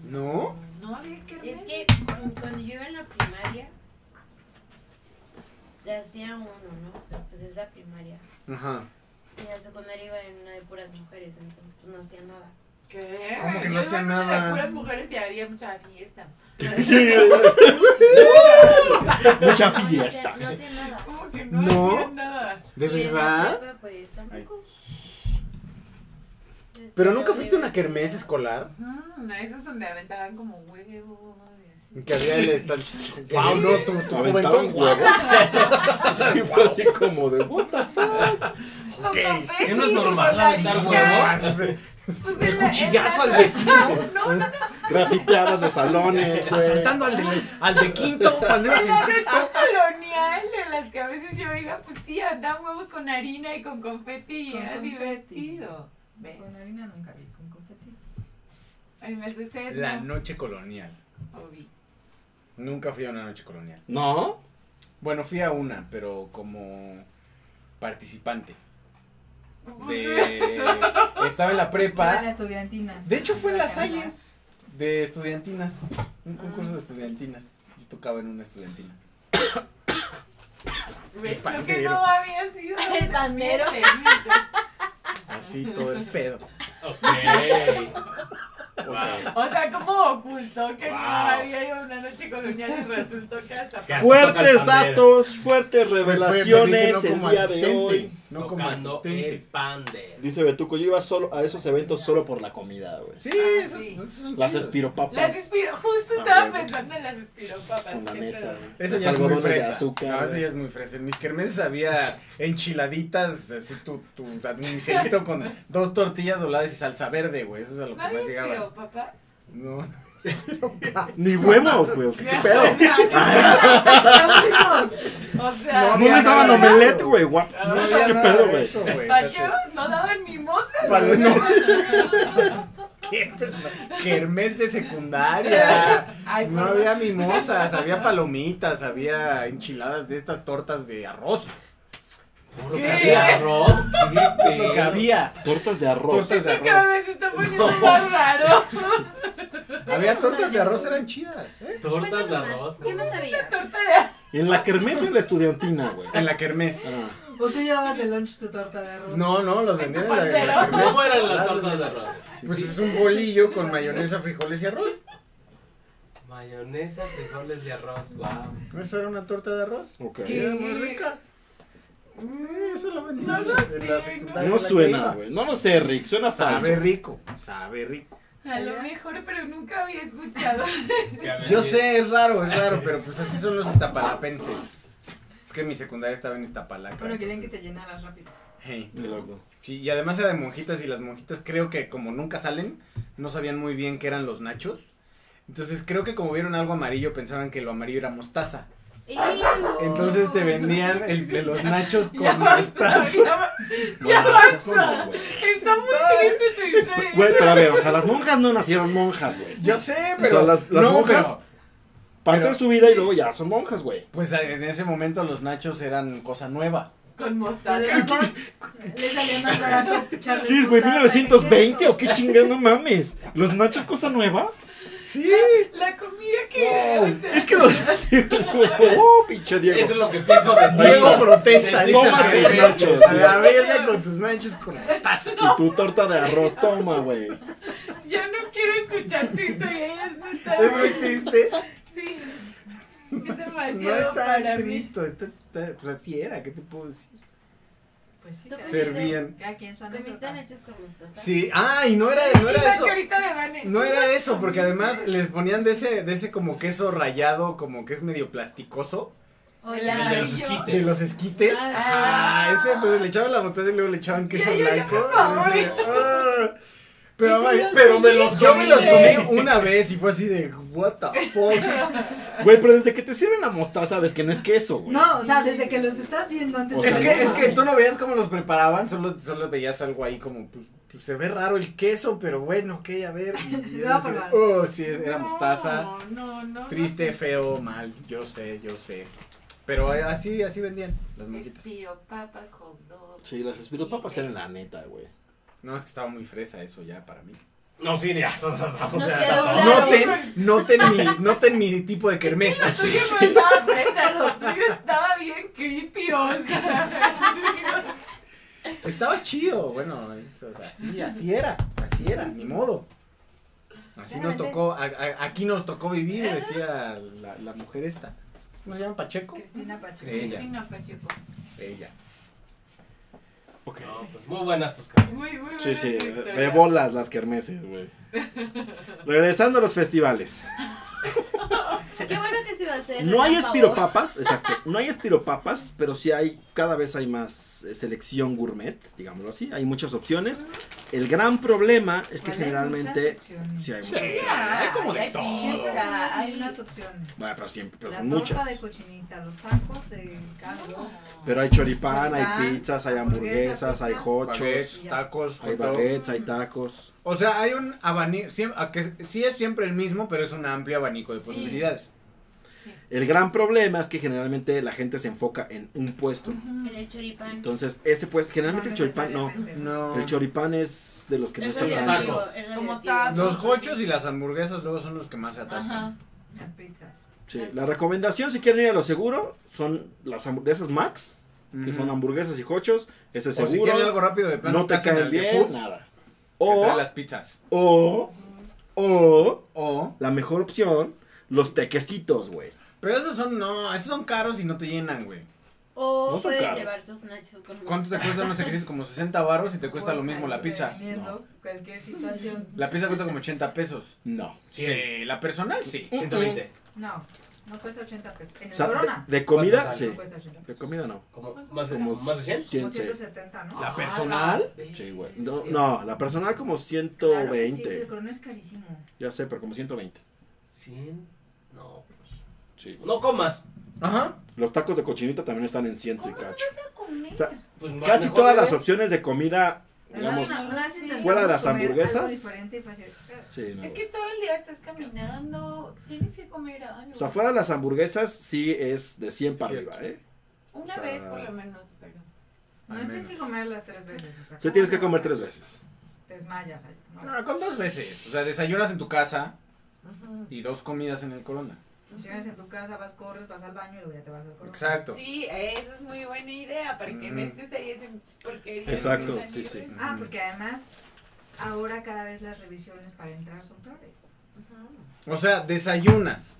¿No? No había que Es que cuando yo iba en la primaria, se hacía uno, ¿no? Pues es la primaria. Ajá. Y la secundaria iba en una de puras mujeres, entonces pues no hacía nada. ¿Qué? ¿Cómo que no Yo hacía iba en una nada? De puras mujeres y había mucha fiesta. *laughs* Mucha No, no hacía- fiesta. No hacía nada. ¿Cómo que no, ¿No? hacía nada? ¿De Y en la verdad? prepa, pues tampoco. Entonces, ¿Pero en la nunca fuiste a una universidad- kermés escolar? Mm, eso es donde aventaban como huevos y así. Que había el stand. Wow, *laughs* Wow, no, tu, tu Aventaban juventud. *laughs* huevos. Sí, fue así como de what the fuck. Con confeti, ¿Qué no es normal con la aventar lija. huevos? Pues en El la- en cuchillazo la- al vecino. *laughs* Pues, No, no, Grafiteabas los salones, güey. Asaltando al de, al de *laughs* quinto, banderas En la en sexto. fiesta colonial en las que a veces yo iba, pues sí, andaban huevos con harina y con confeti y Con era confeti. divertido. ¿Ves? Con harina nunca vi, con confetis. Ay, me asusté, ustedes La Pues no. noche colonial. Obi. Nunca fui a una noche colonial. ¿No? Bueno, fui a una, pero como participante. Pues, *laughs* De... Estaba en la Estaba en la prepa. estudiantina. De hecho, fue en Iba la a caminar. Salle de estudiantinas. Un concurso de estudiantinas. Yo tocaba en una estudiantina. ¿ves? Lo que pandero. no había sido. *laughs* El bandero. Así todo el pedo. Pues Ok. Wow. O sea, ¿cómo ocultó que Wow. no había ido a una noche colonial y resultó que hasta Qué asco. Fuertes datos, fuertes Pues fue- revelaciones pues dije, no como el día de asistente, hoy. No como Tocando el asistente. pander. Dice Betuco, yo iba solo a esos eventos solo por la comida, güey. Sí, Ah, esos- esos sí. son Las chidos. Las espiropapas. inspiró. Justo Ah, estaba bueno. pensando en las espiropapas. Son la qué neta, pedo. güey. Esa Los ya es muy algodones de fresa. azúcar, no, esa güey. ya es muy fresa. En mis kermeses había enchiladitas, así tu, tu miserito con dos tortillas dobladas y salsa verde, güey. Eso es a lo ¿No que más Pues había llegaba. espiropapas? No. Ni huevos, güey. ¿Qué pedo? *laughs* O sea, No les daban no, no, omelette, eso. güey. guap- Ah, No había ¿Qué nada pedo, de güey? eso, güey. O ¿Pacho? sea, ¿No daban mimosas? Para- no. *laughs* ¿qué pedo? Kermés de secundaria. Ay, No perdón. había mimosas, había palomitas, había enchiladas de estas tortas de arroz. Lo que ¿Qué? había arroz. ¿Qué Lo que pedo? había. Tortas de arroz. Tortas de Esto cada arroz. vez se está poniendo más raro. Había tortas de arroz, eran chidas, ¿eh? Tortas de Cuéntame arroz. más. ¿Qué más había? Torta de arroz. En la kermés o en la estudiantina, güey. En la kermés. Ah. O tú llevabas de lunch tu torta de arroz. No, no, los vendían en la, en la Pantero. kermés. ¿Cómo eran las tortas de arroz? Pues es un bolillo con mayonesa, frijoles y arroz. Mayonesa, frijoles y arroz. Wow. Eso era una torta de arroz. Ok. Que era muy rica. Mm, Eso lo vendían No lo en la sé, secundaria No en la que suena, iba. güey. No lo sé, Rick. Suena Sabe falso. rico, sabe rico. A lo mejor, pero nunca había *laughs* escuchado. Yo sé, es raro, es *laughs* raro, pero pues así son los estapalapenses. Es que mi secundaria estaba en Iztapalacra. Bueno, querían que te entonces- llenaras rápido. Hey. Ni loco. Sí, y además era de monjitas y las monjitas creo que como nunca salen, no sabían muy bien qué eran los nachos. Entonces creo que como vieron algo amarillo pensaban que lo amarillo era mostaza. Entonces te vendían el de los nachos *laughs* Ya con basta, mostaza. ya ba- No, Ya no, basta. seas mamón, pues, güey. Está muy triste tu historia. Güey, pero a ver, o sea, las monjas no nacieron monjas, güey. Yo sé, O pero sea, las, las no, monjas pero- parten pero- su vida y luego ya son monjas, güey. pues en ese momento los nachos eran cosa nueva. Con Lo de mostaza. Ramón, le salía más barato echarle ¿Qué, güey? fruta, ¿1920 queso. o qué chingada? No mames. ¿Los nachos cosa nueva? Sí. La comida que. Wow. o sea, Es que los *laughs* nachos... ¡Oh, pinche Diego! Eso es lo que pienso de ti. Diego protesta, dice Toma tus nachos. A la verga con tus nachos con mostaza. Y tu torta de arroz, toma, güey. Ya no quiero escuchar tu historia. Ya es está. Es muy triste. Sí. Es No demasiado está para triste. está- está- pues así era, ¿qué te puedo decir? Pues sí, ¿Tú cada- comiste- Servían. cada quien su ¿Comiste anécdota. nachos con mostaza? Sí, ah, y no era, mí. no Y era la eso. carita de Vane. No era eso, porque además les ponían de ese, de ese como queso rayado, como que es medio plasticoso, O El la- de los amarillo. esquites. de los esquites. Ah. Ah, ese entonces le echaban la mostaza y luego le echaban queso Ya, ya, ya, blanco. por favor. Ese, ah. Pero, Y te ay, los pero me los comiste. yo me los comí una vez y fue así de what the fuck. Güey, pero desde que te sirven la mostaza sabes que no es queso, güey. No, o sea, desde que los estás viendo antes O Es sea, que, no es que tú no veías cómo los preparaban, solo, solo veías algo ahí como, pues, pues, se ve raro el queso, pero bueno, ok, a ver. Y- y Lo voy a ese- probar. oh, sí, era mostaza. No, no, no. Triste, feo, mal, yo sé, yo sé. Pero eh, así, así vendían las monjitas. Estiro, papas, hot dog. Sí, las espiropapas eran la neta, güey. No, es que estaba muy fresa eso ya para mí. No, sí, ya. son- son- son- O Nos sea, quedó tampoco- claro. Noten, noten mi, noten mi tipo de kermés. Lo tuyo no estaba fresa, lo tuyo estaba bien creepy, o sea. *laughs* Estaba chido, bueno, es- o sea, así, así era, así era, ni modo. Así nos tocó, a- a- aquí nos tocó vivir, decía la, la mujer esta. ¿Cómo se llama? ¿Pacheco? Cristina Pacheco. Ella. Cristina Pacheco. Ella. Ok. No, pues, muy buenas tus cabezas. Muy, muy buena Sí, eh, sí, tu de- historia. de bolas las kermeses, güey. Regresando a los festivales. Qué bueno que se iba a hacer. No hay por favor. espiropapas, exacto. No hay espiropapas, pero sí hay, cada vez hay más eh, selección gourmet, digámoslo así. Hay muchas opciones. El gran problema es Igual hay que muchas generalmente opciones. sí hay muchas. Hay como de Ay, hay todo. pizza, hay unas opciones. Bueno, pero siempre, pero La son torta muchas. de cochinita, los tacos de caldo. Pero hay choripán, hay Choripán, pizzas, hay hamburguesas, hamburguesas, hay hochos, Baguettes, tacos, hay hot dogs. baguettes, hay tacos. O sea, hay un abanico, sí, a que sí es siempre el mismo, pero es un amplio abanico de Sí. posibilidades. El gran problema es que generalmente la gente se enfoca en un puesto. En el choripán. Entonces, ese pues, generalmente el choripán no. necesariamente. No. El choripán es de los que no Es están los tan... radioactivo. tacos. Es Como radioactivo. tacos. Los hochos y las hamburguesas luego son los que más se Ajá. atascan. Las pizzas. Sí, la recomendación si quieren ir a lo seguro son las hamburguesas Max, que son Ujú. hamburguesas y hochos, ese es O si quieren algo seguro, rápido de plano, no te casi en caen el de bien, food, nada. que O, trae las pizzas. o, o, O, la mejor opción, los tequecitos, güey. pero esos son, no, esos son caros y no te llenan, güey. O No son puedes caros. llevar tus nachos con ¿Cuánto te mostaza. cuestan los tequisitos? Como 60 baros y te cuesta lo Puedes mismo la salir pizza. preveniendo Cualquier situación. La pizza cuesta como 80 pesos. No. Sí, la personal sí. 120. No, no cuesta 80 pesos. En el O sea, Corona. de, de comida, ¿Cuánto sí. No cuesta 80 De pesos. comida no. Como, más, de, más de 100. Como 100, sí. 170, ¿no? Ah, ¿La personal? Sí, güey. No, no, la personal como 120. Claro que sí, sí, el Corona es carísimo. Ya sé, pero como 120. 100. No, pues. Sí. No comas. Ajá. Los tacos de cochinita también están en 100 y ¿Cómo cacho. Comer. O sea, Pues, Casi mejor todas bebes. las opciones de comida, digamos, Además, alguna vez intentamos fuera de las comer algo hamburguesas. diferente y fue así, eh, sí, no, Es güey. que todo el día estás caminando. Tienes que comer algo. O sea, fuera de las hamburguesas sí es de 100 para Cierto. arriba, ¿eh? Una o sea, vez por lo menos, pero. No, Al tienes que menos. comerlas tres veces. O sea, Sí tienes que comer tres veces. Te desmayas ahí. ¿no? No, Ah, con dos veces. O sea, desayunas en tu casa Ujú. y dos comidas en el corona. Pues Llegas en tu casa, vas, corres, vas al baño y luego ya te vas al corona. Exacto. Sí, esa es muy buena idea, para que no Ujú. estés ahí en tus porquerías. Exacto, Ujú. sí, sí. Ah, porque además, ahora cada vez las revisiones para entrar son flores. Ujú. O sea, desayunas.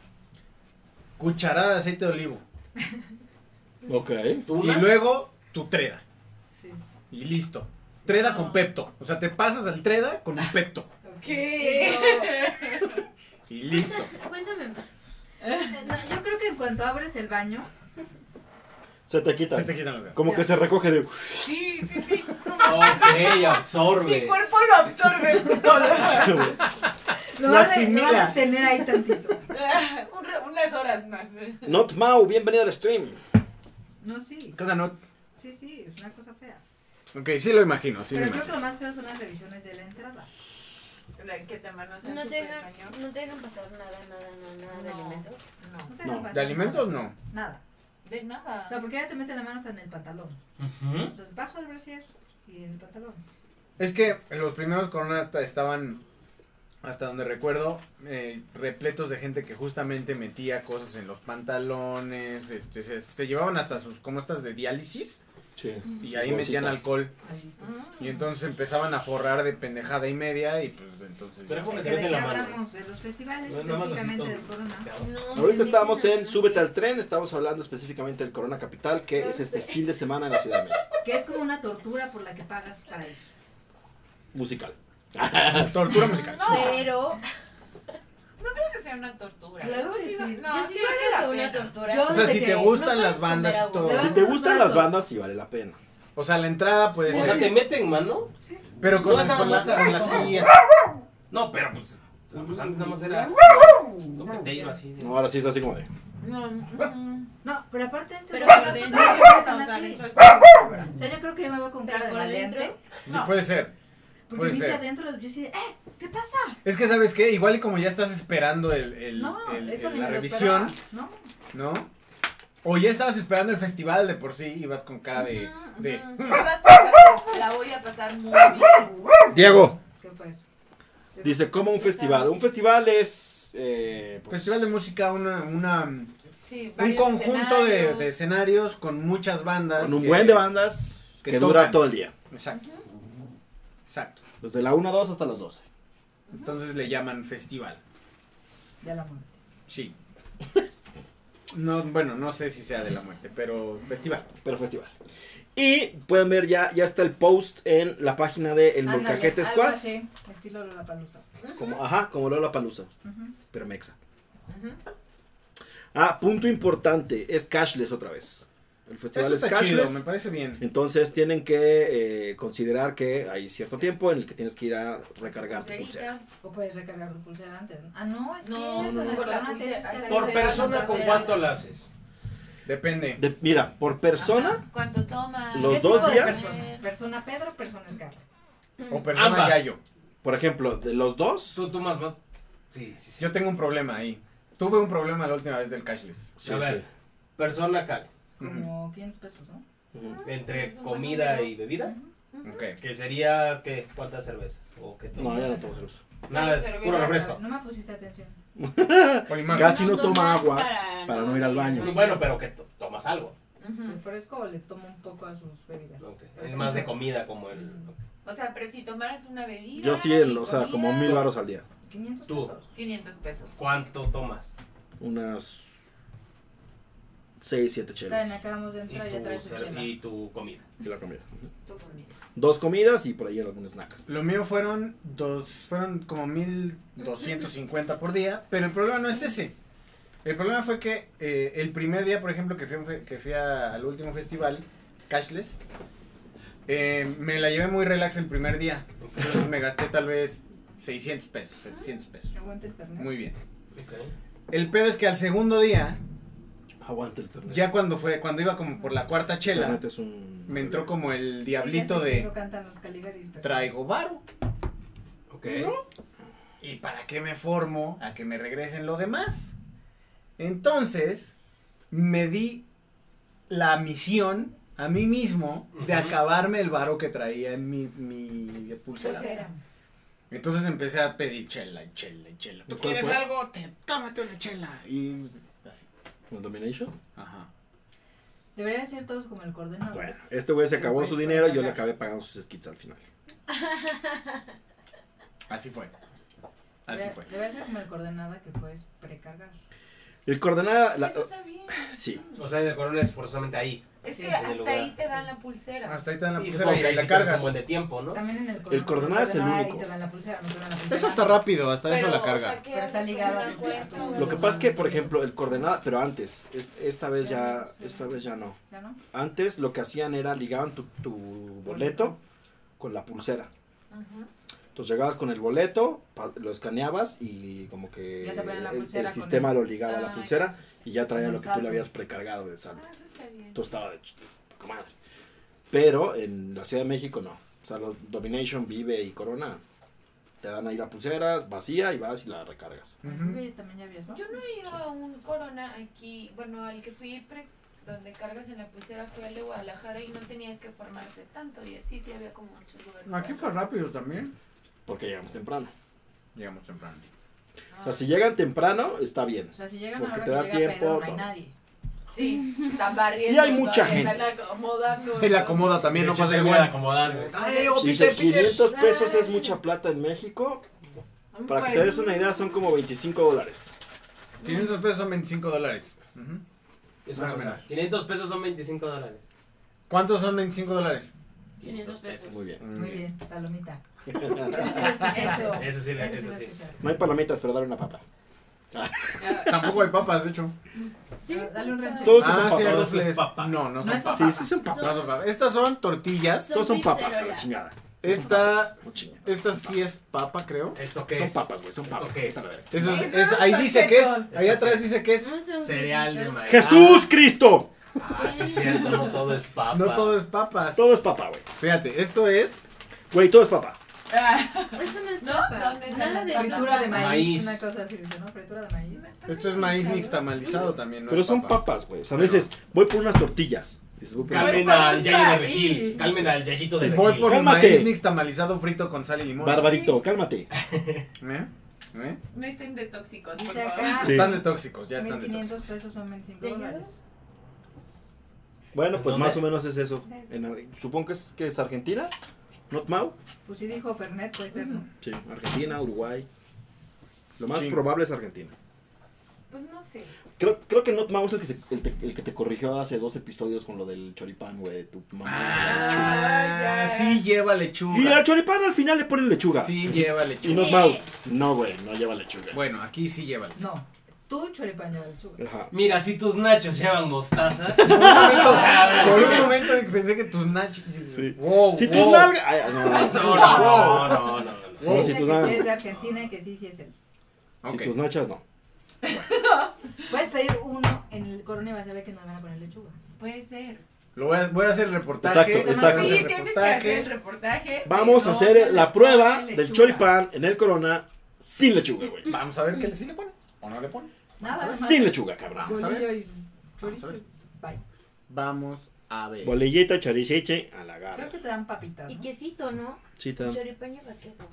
Cucharada de aceite de olivo. Ok. ¿Tuna? Y luego tu treda. Sí. Y listo. Treda con Pepto. O sea, te pasas al treda con un Pepto. Pero ¿Qué? Y listo. Cuéntame más. No, yo creo que en cuanto abres el baño, Se te quita. Se te quitan los dedos. Como que se recoge de. *laughs* Sí, sí, sí. Ok, Mi absorbe. cuerpo lo *laughs* absorbe solo. lo Lo vas, a, lo vas asimila. a tener ahí tantito. Un ra- unas horas más. Not Mau, bienvenido al stream. No, sí, Cada no- sí, sí, es una cosa fea. Ok, sí lo imagino, sí lo Pero imagino. creo que lo más feo son las revisiones de la entrada. La- Que te manos No te, dejan, cañón. no te dejan pasar nada, nada, nada, nada de No. alimentos. No. No No. te dejan pasar ¿De alimentos no? Nada. De nada. O sea, porque ya te meten la mano hasta en el pantalón. Ujú. O sea, es bajo el brasier y en el pantalón. Es que los primeros Corona ta- estaban, hasta donde recuerdo, eh, repletos de gente que justamente metía cosas en los pantalones, este, se, se llevaban hasta sus, como estas de diálisis, Sí. y ahí Bolsitas. metían alcohol. Mm. Y entonces empezaban a forrar de pendejada y media, y pues entonces... Pero ya. es porque Que te meten de la ya mano. hablamos de los festivales, No, nada más así específicamente todo. del corona. No, Ahorita te estábamos meten en a- Súbete al tren, estamos hablando específicamente del Corona Capital, que es este fin de semana en la Ciudad de México. Que es como una tortura por la que pagas para ir. Musical. Tortura musical. No, creo Pero que sea una tortura. Claro que Sí, sí. No, yo sí sí vale creo que la es una pena. tortura. Yo- O sea, si que te no gustan puedes las bandas comer a y todo. gusto. Si te gustan las bandas, sí vale la pena. O sea, la entrada puede O sea, ser... te meten mano. Pero con, No es nada con las, más con así. las sillas. No, pero pues. Pues antes nada más era. Toqueteo así. de- No, ahora sí es así como de. No, mm, No, pero aparte este Pero lugar, por nosotros dentro. siempre son o sea, así. eso es una tortura. O sea, yo creo que yo me voy con Pero cara de por maleante. dentro. Sí, Puede ser. Porque Puede viste ser. adentro, yo sí, de, ¡eh! ¿Qué pasa? Es que, ¿sabes qué? Igual y como ya estás esperando el, el- No, el- eso el- ni la me lo revisión... esperaba, ¿no? ¿no? O ya estabas esperando el festival de por sí y vas con cara de. Ujú, de ujú. Me vas a pasar- La voy a pasar muy bien. Diego. ¿Qué fue eso? Dice, ¿cómo un festival? Un festival es. eh, pues, Festival de música, una, una, un Sí, varios conjunto de, escenarios. de escenarios con muchas bandas. Con un que- buen de bandas que, que dura tocan. todo el día. Exacto. Exacto. Desde la 1 a 2 hasta las 12. Entonces le llaman festival. De la muerte. Sí. No, bueno, no sé si sea de la muerte, pero festival. Pero festival. Y pueden ver ya, ya está el post en la página de El Ándale, Molcajete algo Squad. así, estilo la palusa. Como, ajá, como Lola Palusa. Pero mexa. Ah, punto importante, es cashless otra vez. El festival Eso es está cashless. chido, me parece bien. Entonces tienen que eh, considerar que hay cierto tiempo en el que tienes que ir a recargar Pues tu pulsera. Pulserita. O puedes recargar tu pulsera antes. ¿no? Ah, no, es No, cierto. no, en el no. Por la corona pulsera, tienes que hasta hacer- que Por te dan persona, la ¿con tercera. cuánto la haces? Depende. De- mira, por persona, Ajá, ¿Cuánto toma? Los ¿Qué dos tipo de días? Persona? persona Pedro, persona Scarlett. O persona Ambas. gallo. por ejemplo, de los dos, Tú tomas más. Sí, sí, sí. Yo tengo un problema ahí. Tuve un problema la última vez del cashless. sí, a ver, persona cal. Ujú. Como 500 pesos, ¿no? sí. Ujú. Entre Pues, Es un buen comida número. y bebida. Ok. Que sería, ¿qué? ¿Cuántas cervezas? ¿O qué tomas? No, ya no tomo cerveza. Nada, Solo puro cerveza. refresco. Ah, No me pusiste atención. Polimar. Casi no tomas toma agua Ah, para no ir al baño. Bueno, pero que to- tomas algo. ¿Me Ujú. fresco o le tomo un poco a sus bebidas? Ok, Es más de comida como el... O sea, pero si tomaras una bebida. Yo sí, y el- o sea, comida, como mil varos al día. 500 Tú. pesos. 500 pesos. ¿Cuánto tomas? Unas 6, 7 Está bien, chelas. acabamos de Y entrar y ya tu, traes tu cer- chela. y tu comida. y la comida. Tu comida. Dos comidas y por ahí algún snack. Lo mío fueron dos, fueron como 1250 por día, pero el problema no es ese. El problema fue que eh, el primer día, por ejemplo, que fui, a un fe- que fui a- al último festival, Cashless, eh, me la llevé muy relax el primer día. Entonces me gasté tal vez 600 pesos, 700 pesos. Aguanta el Fernet. Muy bien. Okay. El pedo es que al segundo día, Aguanta el fernet. ya cuando fue, cuando iba como por la cuarta El chela, fernet es un... me entró como el diablito Sí, ya sé que de Eso cantan los Caligaris. pero- traigo varo. Ok. ¿Y para qué me formo a que me regresen lo demás? Entonces, me di la misión a mí mismo de Ujú. acabarme el varo que traía en mi, mi pulsera. Pulsera. Entonces empecé a pedir chela, y chela, y chela. ¿Tú ¿Y cuál quieres fue? algo? Te, tómate una chela. Y así. ¿El Domination? Ajá. Debería de ser todos como el coordenador. Bueno, este güey se acabó su dinero y yo le acabé pagando sus skits al final. Así fue. Así Debería- fue. Debería ser como el coordenada que puedes precargar. El coordenada... la- Eso está bien. sí. O sea, el corona es forzosamente ahí. Es Sí. que Del hasta lugar, ahí te dan sí. la Ah, pulsera. Hasta ahí te dan la Y pulsera supongo y que ahí la sí pierdes un cargas. buen de tiempo, ¿no? También en el El coordenada es el coordenada único. Y te dan la pulsera, no te dan la pulsera. Eso está rápido, hasta eso Pero, la carga. O sea, que Pero está haces ligado una al- cuenta, al- o Lo que algo? pasa es que, por ejemplo, el coordenada, pero antes, es- esta vez ya, esta vez ya no. ¿Ya no? Antes lo que hacían era ligaban tu, tu boleto con la pulsera. Ujú. Entonces llegabas con el boleto, pa- lo escaneabas y como que Ya te ponían la el, el pulsera con sistema el- lo ligaba a la Ah, pulsera y ya traía Con lo el que tú le saldo. habías precargado de saldo. Ah, eso está bien. Entonces estaba de ch- poca madre. Pero en la Ciudad de México no. O sea, los Domination, Vive y Corona te dan ahí la pulsera vacía y vas y la recargas. Ujú. Oye, También ya vi eso. Yo no he ido a un corona aquí, bueno, al que fui pre- donde cargas en la pulsera fue al de Guadalajara y no tenías que formarte tanto y así sí había como muchos lugares. Aquí fue rápido también. Porque llegamos temprano. Llegamos temprano. O Ah. sea, si llegan temprano, está bien. O sea, si llegan Porque ahora te que da llega tiempo, Pedro, no hay todo. nadie. Sí, están barriendo. Sí hay mucha todavía, gente. Están *laughs* acomodando. Él acomoda también, no pasa se igual. acomodar, güey. Dice, 500 pesos es mucha plata en México. Para que te des una idea, son como 25 dólares. 500 pesos son 25 dólares. Ujú. Es Más más o o menos. 500 pesos son 25 dólares. ¿Cuántos son 25 dólares? 500 pesos. Muy bien. *laughs* Muy bien, palomita. no *laughs* Eso. Ah, Eso sí, eso Eso iba a sí. escuchar. hay palomitas, pero dar una papa. Tampoco hay papas, de hecho. Dale un rancho. Todos son ah, sí, papas. esos son les- papas. No, no son No es papas. Sí, sí son papas. No son papas. Estas son tortillas. Todos son papas, a la pizzerolas. chingada. Esta, No chingada. esta sí es papa, creo. ¿Esto qué Son es? papas, güey, son ¿Esto papas. qué es? Vete a la verga. Eso es- Ah. Esos es- son ahí dice que es. chetos. Ahí atrás dice que es. Cereal de maíz. ¡Jesús Cristo! Ah, sí es cierto, no todo es papa. No todo es papas. Todo es papa, güey. Fíjate, esto es. Güey, todo es papa. Eso no es ¿No? papa. ¿Dónde Nada de Fritura de maíz. Maíz. Una cosa así, dice, ¿no? Fritura de maíz. Esto es maíz nixtamalizado también. No Pero es son papa. papas, güey. O sea, a Pero- veces voy por unas tortillas. Dices, voy por unas- Calmen al Yayi de Regil. Calmen al Yayito de Sí, Regil. voy por Cálmate. maíz nixtamalizado frito con sal y limón. Barbarito, cálmate. ¿Eh? ¿Eh? No estén de tóxicos, por Dice favor. acá, Sí. Están de tóxicos, ya están de tóxicos. 1500 pesos son 25 ¿De dólares. Bueno, pues ¿Dónde? más o menos es eso. En Ar- supongo que es, que es Argentina. Not Mau. Pues sí dijo Fernet, puede ser, ¿no? Sí, Argentina, Uruguay. Lo más Sí. probable es Argentina. Pues no sé. Creo, creo que Not Mau es el que, se- el, te- el que te corrigió hace dos episodios con lo del choripán, güey. Tu mamá. Ah, sí lleva y al lechuga. choripán al final le ponen lechuga. Sí lleva Y *laughs* lechuga. Not Mau. No, güey, no lleva lechuga. Bueno, aquí sí *laughs* lleva lechuga. No, tú choripán lleva lechuga. Ajá. Mira, si tus nachos *laughs* llevan mostaza. Por un momento pensé que tus nachos. Sí. Wow, Si wow. tus nalgas. ay, no, no, no. No, no, no, no, no. no. No, si tus Dice que sí nalgas. es de Argentina y que sí, sí es él. Si Ok. tus nachas, no. Puedes pedir uno en el corona y vas a ver que nos van a poner lechuga. Puede ser. Ah, Lo voy a, voy a hacer reportaje. Exacto, voy a exacto. Sí, hacer tienes que hacer el reportaje. reportaje. Vamos a No, hacer la prueba del lechuga. choripán en el corona sin lechuga, güey. Vamos a ver qué le, sí le pone. ¿O no le pone? Nada más. Ah, Sin lechuga, cabrón. Vamos a ver. Bolillo y Vamos a ver. chorizo. Bye. Vamos a ver. Bolillita, choriceche, a la Creo garra. que te dan papitas. Y ¿no? quesito, ¿no? Sí, te dan- Choripaña para queso.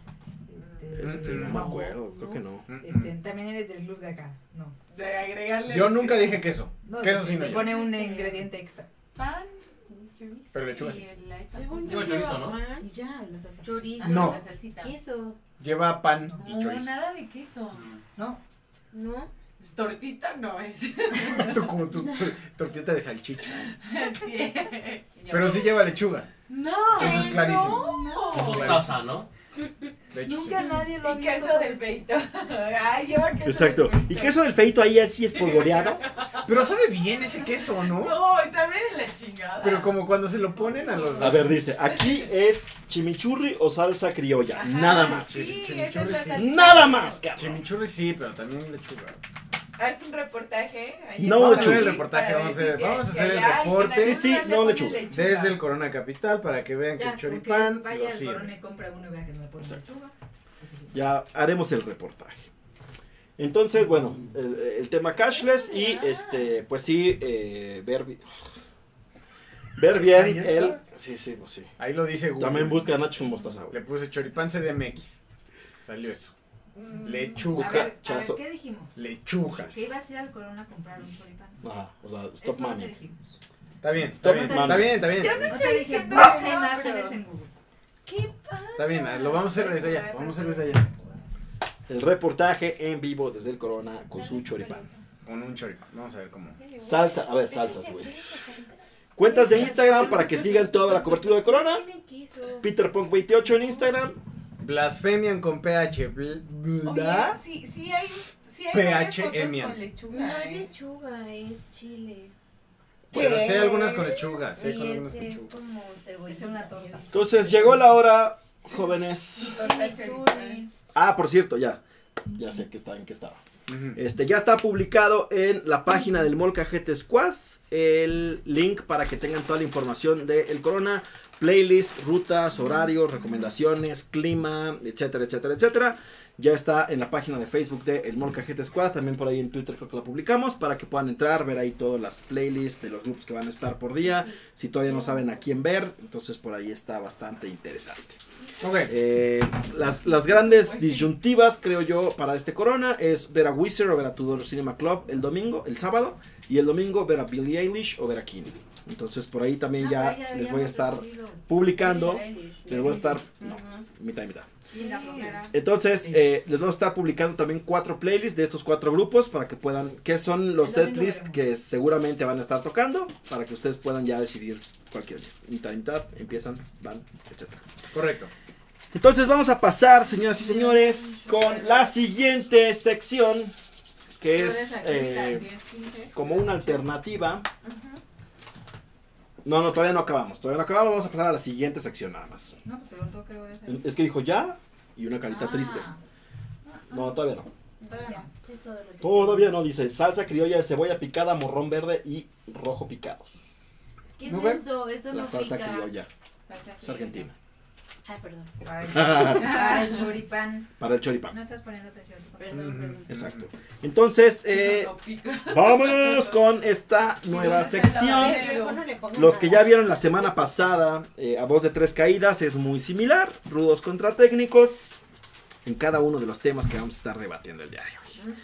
Este, Este, no me acuerdo, creo que Mm, no. Este, también eres del club de acá. No. De agregarle. Yo nunca dije queso. no Queso te- sí no te lleva. Pone un ingrediente extra. Pan, chorizo Pero lechuga y sí. la esta Según cosa. yo Lleva chorizo, lleva ¿no? pan, Y ya, la salsa. chorizo, No. La salsita. queso, Lleva pan y *laughs* No, chorizo. nada de queso. No, ¿no? Pues Tortita no es. *laughs* Tu, como tu- tu tortita de salchicha. Así es. Pero sí lleva lechuga. No. Eso es clarísimo. Es mostaza, ¿no? De hecho, sí. nunca nadie lo ha Y visto. queso del peito. Ay, lleva queso Exacto. del Y peito. queso del feito ahí así espolvoreado. Pero sabe bien ese queso, ¿no? No, sabe de la chingada. Pero como cuando se lo ponen a los. A ver, dice, aquí es chimichurri o salsa criolla. Ajá. Nada más. Sí, esa es Chimichurri la sí. salchicha. Nada más, cabrón. Chimichurri sí, pero también lechuga. Haz un reportaje. ahí No en Vamos a hacer lechuga. el Madrid reportaje, para vamos a ver hacer, si vamos a hacer el hay alguien reporte que Sí, sí, alguna no le lechuga. pone lechuga. desde el Corona Capital para que vean que Ya, el con choripán que vaya lo al corona sirve. y compra uno y vea que no le ponen lechuga. Ya haremos el reportaje. Entonces, bueno, el, el tema cashless y este, pues sí, eh, ver, bi- ver Ahí bien está. el. Sí, sí, pues sí. Ahí lo dice Google. También busca Nacho Mostaza, güey. Le puse choripán CDMX. Salió eso. Mm, Lechuga, A ver, a ver, chazo. ¿qué dijimos? Lechugas. Que ibas a ir al corona a comprar un choripán. Ajá, o sea, stop Eso no te mami. dijimos. Está bien, está bien, Mami. está bien, está bien. Está bien, No te dije, diciendo busca nada, imágenes pero- en Google. está bien, ah, lo vamos a hacer desde allá. Vamos a hacer desde allá. El reportaje en vivo desde el Corona con su choripán. Con un choripán. Vamos a ver cómo. Salsa, a ver, salsas, güey. Cuentas de Instagram para que sigan toda la cobertura de Corona. ¿Quién quiso? PeterPunk28 en Instagram. Blasfemian con PH. bl- Oye, ¿Ah? bla- sí, sí hay, sí hay varias fotos PHM. con No lechuga. es ¿eh? lechuga, es chile. Pero sí hay algunas con lechuga. Sí, hay Y con algunas este con es lechuga. como cebolla. Es una torta. Entonces llegó la hora, jóvenes. Chimichurri. Ah, por cierto, ya. Ya sé que está en qué estaba. Ujú. Este ya está publicado en la página del Molcajete Squad el link para que tengan toda la información del Corona, playlist, rutas, horarios, recomendaciones, clima, etcétera, etcétera, etcétera. Ya está en la página de Facebook de El Molcajete Squad, también por ahí en Twitter creo que la publicamos para que puedan entrar, ver ahí todas las playlists de los grupos que van a estar por día, si todavía no saben a quién ver, entonces por ahí está bastante interesante. Ok. Eh, las, las grandes disyuntivas, creo yo, para este corona es ver a Wizard o ver a Tudor Cinema Club el domingo, el sábado, y el domingo ver a Billie Eilish o ver a King. Entonces por ahí Ah, también ya, les voy a estar publicando. Les voy a estar. No, mitad y mitad. Y la flojera. Entonces, eh, les vamos a estar publicando también cuatro playlists de estos cuatro grupos para que puedan, que son los El domingo setlists veremos. que seguramente van a estar tocando, para que ustedes puedan ya decidir cualquier día. Mitad y mitad, empiezan, van, etc. Correcto. Entonces vamos a pasar, señoras y señores, con la siguiente sección, que es eh, como una alternativa. No, no, todavía no acabamos, todavía no acabamos, vamos a pasar a la siguiente sección nada más. No, te pregunto qué hora es el- Es que dijo ya y una carita Ah. triste. No, todavía no. Todavía no. Es todo lo que- Todavía no, dice salsa criolla de cebolla picada, morrón verde y rojo picados. ¿Qué ¿No ve? es eso? Eso La no salsa pica. criolla es argentina. Ah, perdón. Ay, *laughs* Ay, choripán. Para el choripán. No estás poniendo atención. Perdón, perdón. Exacto. Entonces, eh, *laughs* vámonos con esta nueva sección. Ay, luego no le pongo Los que ya nada. vieron la semana pasada, eh, a voz de tres caídas, es muy similar. Rudos contra técnicos. En cada uno de los temas que vamos a estar debatiendo el día de hoy.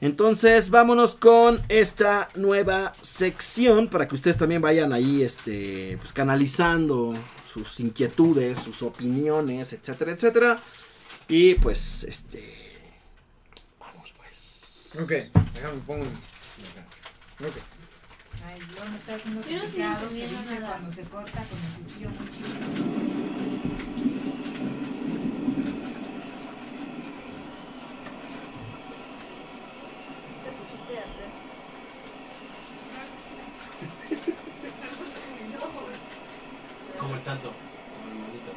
Entonces, vámonos con esta nueva sección para que ustedes también vayan ahí este, pues, canalizando sus inquietudes, sus opiniones, etcétera, etcétera. Y pues, este. Vamos, pues. Ok. Déjame pongo un. Ok. Ay, yo no estás haciendo Yo no estoy complicado, se entendiendo dice nada. cuando se corta con el cuchillo muy chiquito. Te pusiste a hacer. Como el santo. Como el monito.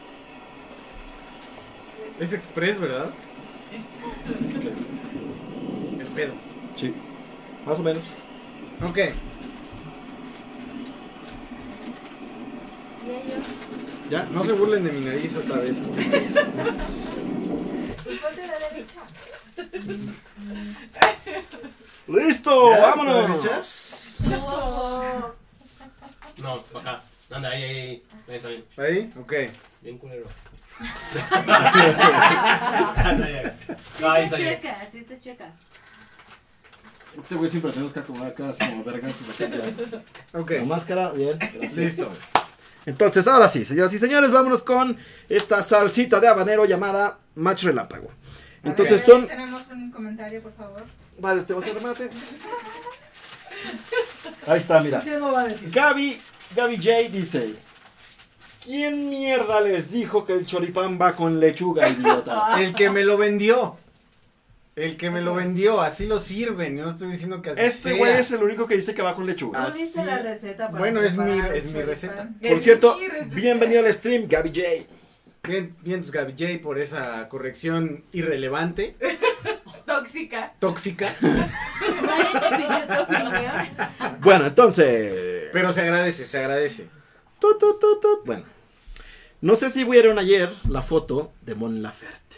Es express, ¿verdad? El pedo. Sí, más o menos. Ok. ¿Ya? No se burlen de mi nariz otra vez. ¡Listo! ¿Ya? ¡Vámonos! No, para acá. Anda, ahí, ahí, ahí. Ahí está bien. ¿Ahí? Ok. Bien culero. Está bien. No, ahí está Sí está bien. checa, sí está checa. Este güey siempre tenemos que acomodar acá como verga en su *laughs* caseta. Ok. La máscara, bien. gracias. Listo. Entonces, ahora sí, señoras y señores, vámonos con esta salsita de habanero llamada match relámpago. A Entonces ver, son. Tenemos un comentario, por favor. Vale, te vas a remate. Ahí está, mira. ¿Qué no va a decir? Gaby, Gaby J dice. ¿Quién mierda les dijo que el choripán va con *laughs* lechuga, idiotas? El que me lo vendió. El que me lo vendió. Así lo sirven. Yo no estoy diciendo que así Este sea. güey es el único que dice que va con Ah. lechuga. ¿No viste la receta para Bueno, es mi- preparar es mi un choripán? *laughs* receta. Por Es cierto, mi receta. bienvenido al stream, Gaby J. Bien, bien, tus Gaby J, por esa corrección irrelevante, Tóxica. tóxica, Nadie te pidió tu opinión. Bueno, entonces. pero se agradece, se agradece. Tut, tut, tut, tut. Bueno, no sé si vieron ayer la foto de Mon Laferte.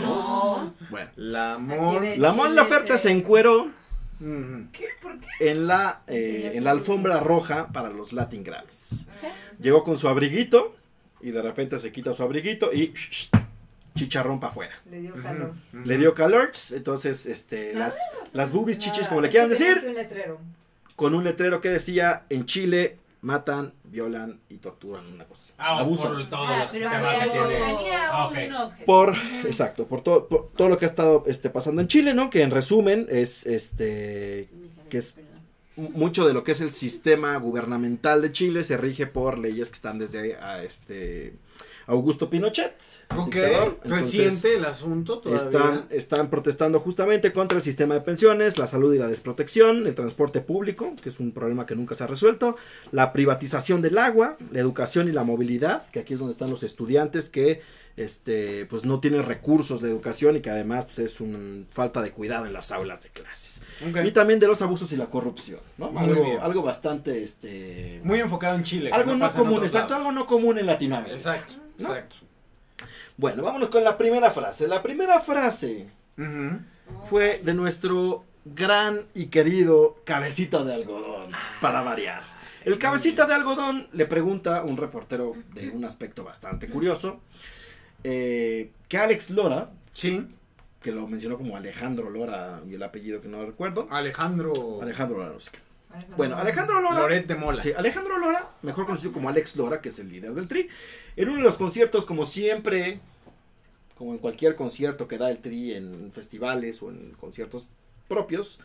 No. Bueno, La amor. Aquí la Mon Laferte se encueró Ujú. en la, eh, en la alfombra roja para los Latin Grammys. Llegó con su abriguito y de repente se quita su abriguito y sh- sh- chicharrón para afuera. Le dio calor. Le dio calor, entonces este, las, las boobies chichis, como le quieran decir, Un letrero. con un letrero que decía: en Chile matan, violan y torturan una cosa. Ah, Abusan. por todos Ah, los pero temas había que algo. tiene. Tenía Ah, un ok. objeto. por exacto por todo por todo lo que ha estado este pasando en Chile no que en resumen es este Mi cabeza, que es- perdón. mucho de lo que es el sistema gubernamental de Chile se rige por leyes que están desde a este Augusto Pinochet. Ok, dictador. Entonces, reciente el asunto todavía. Están, están protestando justamente contra el sistema de pensiones, la salud y la desprotección, el transporte público, que es un problema que nunca se ha resuelto, la privatización del agua, la educación y la movilidad, que aquí es donde están los estudiantes que este, pues no tienen recursos de educación y que además pues, es una falta de cuidado en las aulas de clases. Ok. Y también de los abusos y la corrupción, ¿no? Muy bien. Algo, algo bastante, este... Muy enfocado en Chile. que algo no pasa en común, otros exacto, lados. algo no común en Latinoamérica. Exacto, ¿No? exacto. Bueno, vámonos con la primera frase. La primera frase Ujú. fue de nuestro gran y querido cabecita de algodón, para variar. El cabecita de algodón le pregunta a un reportero de un aspecto bastante curioso, eh, que Alex Lora, Sí, que lo mencionó como Alejandro Lora y el apellido que no recuerdo, Alejandro. Alejandro Lora, no sé qué. Ah. Bueno, Alejandro Lora... Loret de Mola. Sí, Alejandro Lora, mejor conocido como Alex Lora, que es el líder del Tri, en uno de los conciertos, como siempre, como en cualquier concierto que da el Tri en festivales o en conciertos propios,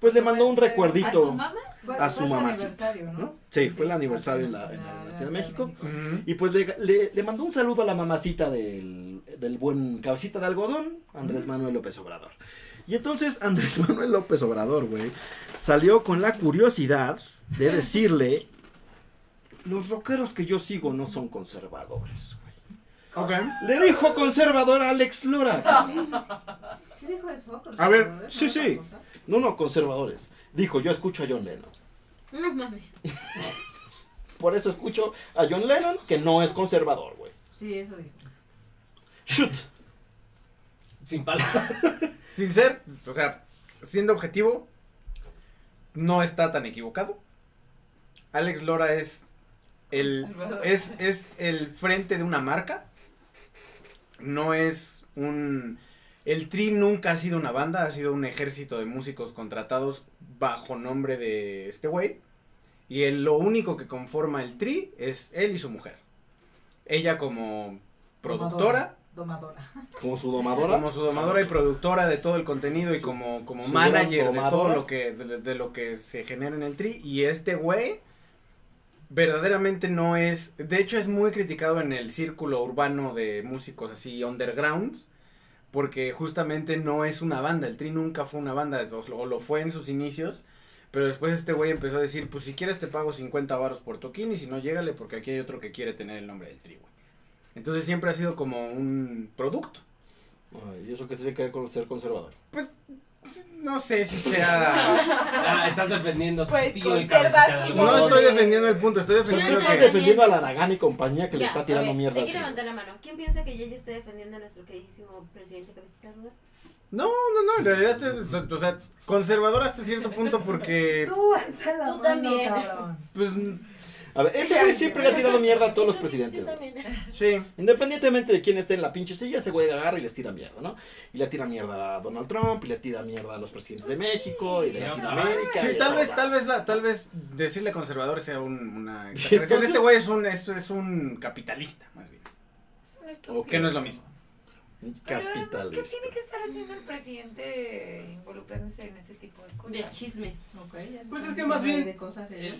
pues le mandó un ¿A su recuerdito mamá? Fue- a fue su mamacita, aniversario, ¿no? ¿no? Sí, fue el Sí, aniversario en fue la, en la nacional, Ciudad de la México. Ujú. Y pues le, le- le mandó un saludo a la mamacita del, del buen cabecita de algodón, Andrés Manuel López Obrador. Y entonces *laughs* Andrés Manuel López Obrador, güey, salió con la curiosidad de decirle, los rockeros que yo sigo no son conservadores. güey". Ok. Le dijo conservador a Alex Lora. Sí dijo eso. A ver, conservador, sí, ¿no? sí. Otra cosa. No, no, conservadores. Dijo, yo escucho a John Lennon. No mames. Por eso escucho a John Lennon, que no es conservador, güey. Sí, eso dijo. Shoot. Sin palabras. Sin ser, o sea, siendo objetivo, no está tan equivocado. Alex Lora es el es, es el frente de una marca. No es un el Tri nunca ha sido una banda, ha sido un ejército de músicos contratados bajo nombre de este güey. Y el- lo único que conforma el Tri es él y su mujer. Ella como productora, Domadora. Como su domadora. como su domadora y productora de todo el contenido y como, como su manager gran de todo domadora. lo que, de, de lo que se genera en el tri. Y este güey verdaderamente no es, de hecho es muy criticado en el círculo urbano de músicos así underground. Porque justamente no es una banda, el Tri nunca fue una banda, o lo, o lo fue en sus inicios, pero después este güey empezó a decir, pues si quieres te pago 50 varos por toquín y si no, llégale porque aquí hay otro que quiere tener el nombre del Tri, güey. Entonces siempre ha sido como un producto. Ay, ¿Y eso qué tiene que ver con ser conservador? No sé si sea. Ah, estás defendiendo Pues, tío y conserva cabecita de su *laughs* algodón. No estoy defendiendo el punto, estoy ¿Tú defendiendo Sí, estás sí, que. sí. defendiendo a la Aragán y compañía que le Ya, está tirando a ver, mierda? Hay que al levantar la mano. ¿Quién piensa que Yeye está defendiendo a nuestro queridísimo presidente Cabecita de Algodón? No, no, no, en realidad estoy. O sea, conservador hasta cierto punto porque. Tú, alza la Tú mano, también. cabrón. Pues. trigo? A ver, ese güey siempre le ha tirado mierda a todos los presidentes. Yo güey. también. Sí. Independientemente de quién esté en la pinche silla, ese güey agarra y les tira mierda, ¿no? Y le tira mierda a Donald Trump, y le tira mierda a los presidentes de México y de Sí, Latinoamérica. y Sí, de tal todo, vez, va. tal vez, la- tal vez decirle conservador sea un- *laughs* una exageración. Entonces- Este güey es un, es, es un capitalista, más bien. Ok. Que no es lo mismo. Un Pero, pues, ¿Qué Capitalista. tiene que estar haciendo el presidente involucrándose en ese tipo de *laughs* De cosas? chismes. Ok, ya se Pues es están que más diciendo bien- de cosas en, El,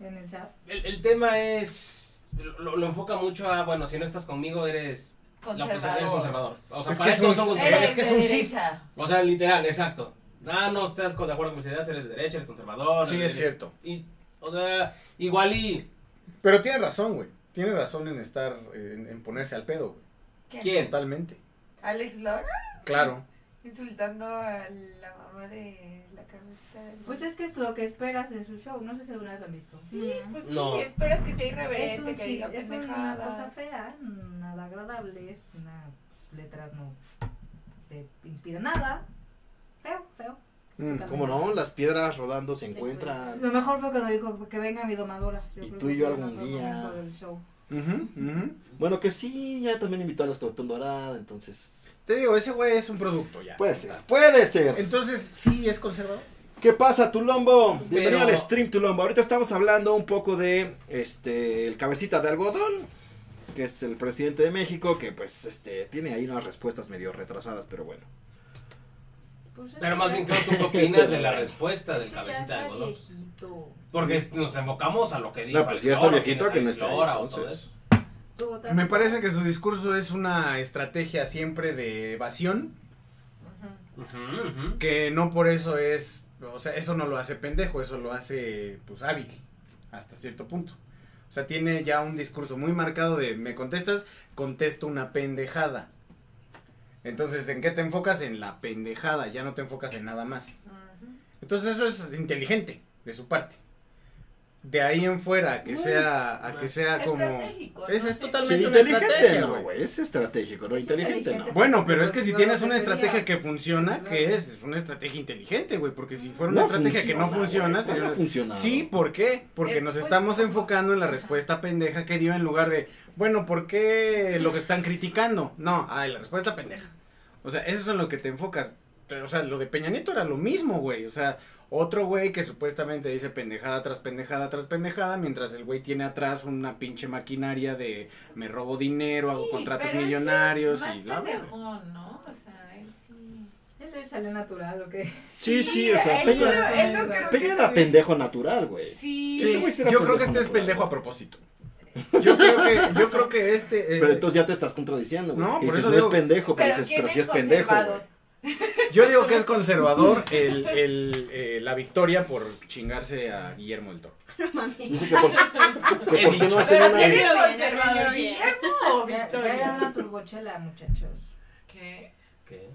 en el chat. el- el tema es. Lo, lo enfoca mucho a, bueno, si no estás conmigo, eres. pues La persona eres conservador. O sea, Es para que es esto un- son Eres conservadores. que es un sí. O sea, literal, exacto. Ah, no estás con- de acuerdo con mis ideas, eres de derecha, eres conservador. Sí, eres- es cierto. Y, o sea, igual y. Pero tiene razón, güey. Tiene razón en estar. En, en ponerse al pedo, güey. ¿Quién? Totalmente. ¿Alex Lora? Claro. Insultando a la mamá de la cabecita. del- Pues es que es lo que esperas en su show. No sé si alguna vez lo han visto. Sí, pues No. sí, esperas que sea Es, irreverente, un que diga chiste, es una cosa pendejadas. fea, nada agradable, es una pues, letras no te inspira nada. Feo, feo. Mm, ¿Cómo no? Las piedras rodando se Se encuentran. pues, Lo mejor fue cuando dijo que venga mi domadora. Y creo tú que y yo fue el algún mejor día. momento del show. ujú, ujú. Bueno, que sí, ya también invitó a la escorpión dorada, entonces. Te digo, ese güey es un producto ya. Puede ser, puede ser. Entonces, sí es conservador. ¿Qué pasa, Tulombo? Bienvenido Pero- al stream, Tulombo. Ahorita estamos hablando un poco de este el cabecita de algodón, que es el presidente de México, que pues este tiene ahí unas respuestas medio retrasadas, pero bueno. Pues es Pero que más ya- bien, ¿qué tú qué opinas de la respuesta es del que ya cabecita de está algodón? viejito. Porque es- nos enfocamos a lo que dijo. No, pues si ya está viejito, que no está ahí, entonces. Tú votaste Me parece por- que su discurso es una estrategia siempre de evasión, Ujú. que no por eso es, o sea, eso no lo hace pendejo, eso lo hace pues hábil hasta cierto punto. O sea, tiene ya un discurso muy marcado de me contestas, contesto una pendejada. Entonces, ¿en qué te enfocas? En la pendejada, ya no te enfocas en nada más. Ujú. Entonces eso es inteligente de su parte. De ahí en fuera a que Muy sea a que sea como Estratégico, esa no es sé. Sí, totalmente una inteligente estrategia, no, güey. güey. Es estratégico, no inteligente, no. inteligente. Bueno, pero es que si No, tienes no una sería. estrategia que funciona, que es? Es una estrategia inteligente, güey, porque si fuera una No estrategia que no güey, funciona, ¿cuál sería ha funcionado? Sí, pues, ¿por qué? Porque Eh, nos pues, estamos no. enfocando en la respuesta pendeja que dio en lugar de, bueno, ¿por qué lo que están criticando? No, ay, la respuesta pendeja. O sea, eso es en lo que te enfocas. Pero, O sea, lo de Peña Nieto era lo mismo, güey. O sea, otro güey que supuestamente dice pendejada tras pendejada tras pendejada, mientras el güey tiene atrás una pinche maquinaria de me robo dinero, hago Sí, contratos pero él sí era millonarios más y la verga. pendejón, ¿no? O sea, él sí. Él le sale natural, ¿o qué? Sí, sí, o sea, él Peña- no- él no creo que Peña era tuviera- pendejo natural, güey. Sí. Sí, Ese güey sí era yo creo que este pendejo es natural. pendejo a propósito. Yo creo que, yo creo que este. eh, Pero entonces ya te estás contradiciendo, güey. No, porque por dices, eso no digo- es pendejo, pero, Pero dices, ¿quién pero es sí es pendejo, güey. conservador? Yo digo que es conservador el, el, eh, la victoria por chingarse a Guillermo del Toro. *laughs* Dice que por, que He por qué dicho. no hacen Pero ¿quién una... es Guillermo, conservador? Guillermo, ¿Guillermo o Ya, ya era Victoria? una turbochela, muchachos. ¿Qué?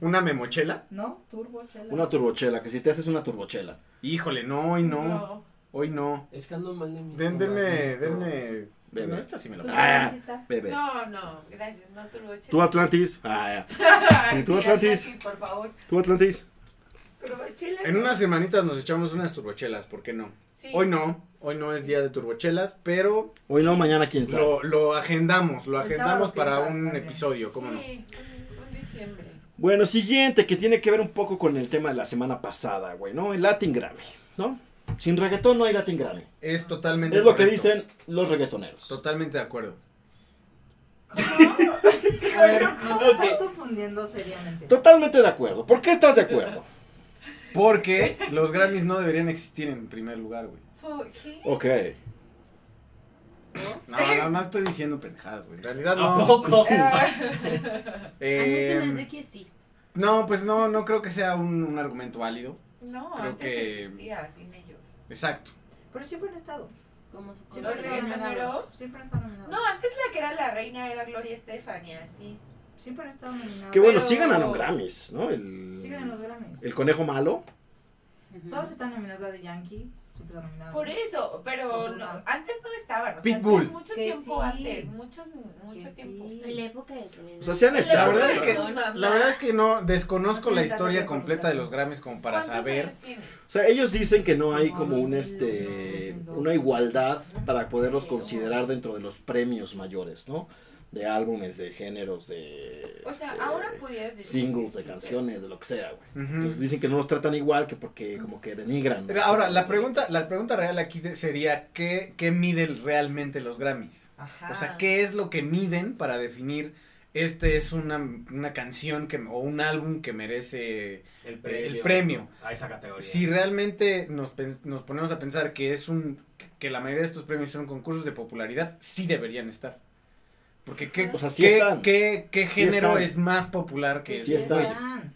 ¿Una memochela? ¿No? Turbochela. Una turbochela, que si te haces una turbochela. Híjole, no, hoy no. No. Hoy no. Es que ando mal de mi. Den- denme, denme. Bebe. No, esta sí me la Tú, pongo. Ah. Karencita. Bebé. No, no, gracias, no te lo eché. Tú Atlantis. Ah, ya. Ay, *laughs* ¿Y tú, sí, Atlantis? Atlantis, por favor. Tú Atlantis. Turbochelas. En unas semanitas nos echamos unas turbochelas, ¿por qué no? Sí. Hoy no. Hoy no es día de turbochelas, pero Hoy no, mañana quién sabe. lo, lo agendamos, lo El agendamos sábado para piensa, un también. episodio, ¿cómo no? Sí, un, un diciembre. Bueno, siguiente, que tiene que ver un poco con el tema de la semana pasada, güey, ¿no? El Latin Grammy, ¿no? Sin reggaetón no hay Latin Grammy. Es totalmente. Es lo que correcto. dicen los reggaetoneros. Totalmente de acuerdo. A ver, nos estás confundiendo seriamente. Totalmente de acuerdo. ¿Por qué estás de acuerdo? Porque los Grammys no deberían existir en primer lugar, güey. ¿Por qué? Oh. Ok. *laughs* No, nada más estoy diciendo pendejadas, güey. En realidad no. ¿A poco? A mí se me Eh, hace que sí. no, pues no, no creo que sea un, un argumento válido. *laughs* No, Creo antes que- existía sin ellos. Exacto. Pero siempre han estado. Como su ¿Los Siempre conservador. han reggaetoneros? nominados. Siempre han estado nominados. No, antes la que era la reina era Gloria Estefania, sí. Siempre han estado nominados. Qué bueno, Pero- sí ganaron Grammys, ¿no? El, Siguen en los Grammys. el conejo malo. Ujú. Todos están nominados a de Yankee. Siempre están nominados. Por eso, pero Pues no, una. antes no estaban. O sea, Ah. Pitbull. antes, mucho Que tiempo sí. antes, mucho, mucho Que tiempo. sí. En la época de Selena. O sea, sí han La estado. verdad es ¿no? que- Mamá. La verdad es que no desconozco la No, no, historia no, completa no. de los Grammys como para ¿Cuántos saber. años tiene? O sea, ellos dicen que no hay No, como un 2001, este 2002. una igualdad para poderlos considerar dentro de los premios mayores, ¿no? De álbumes, de géneros, de O sea, este, ahora Eh, pudieras decir. singles, que sí, de pero- canciones, de lo que sea, güey. Ujú. Entonces dicen que no los tratan igual que porque como que denigran. ¿no? Mm. Ahora, la pregunta, la pregunta real aquí de- sería ¿qué, qué miden realmente los Grammys? Ajá. O Ah. sea, ¿qué es lo que miden para definir este es una, una canción que, o un álbum que merece eh, El el premio? A esa categoría. Si realmente nos, pen- nos ponemos a pensar que es un que la mayoría de estos premios son concursos de popularidad, sí deberían estar. Porque qué, O sea, sí qué, están. qué- qué Sí género están. es más popular que Sí están. populares?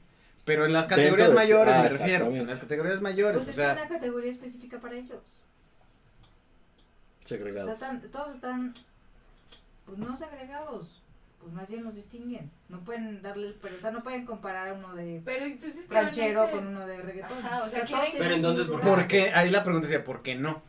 Pero en las Dentro categorías de- mayores ah, me refiero, exactamente. en las categorías mayores, Pues o es sea, una categoría específica para ellos. O sea, segregados. están- todos están, pues no segregados, pues más bien los distinguen. No pueden darle, pero, o sea, no pueden comparar uno de Pero entonces. ¿qué van a ranchero hacer? con uno de reggaetón. Ajá, o sea, todos quieren- tienen Pero entonces, su ¿por qué? lugar. ¿por qué? Ahí la pregunta sería, ¿por qué no?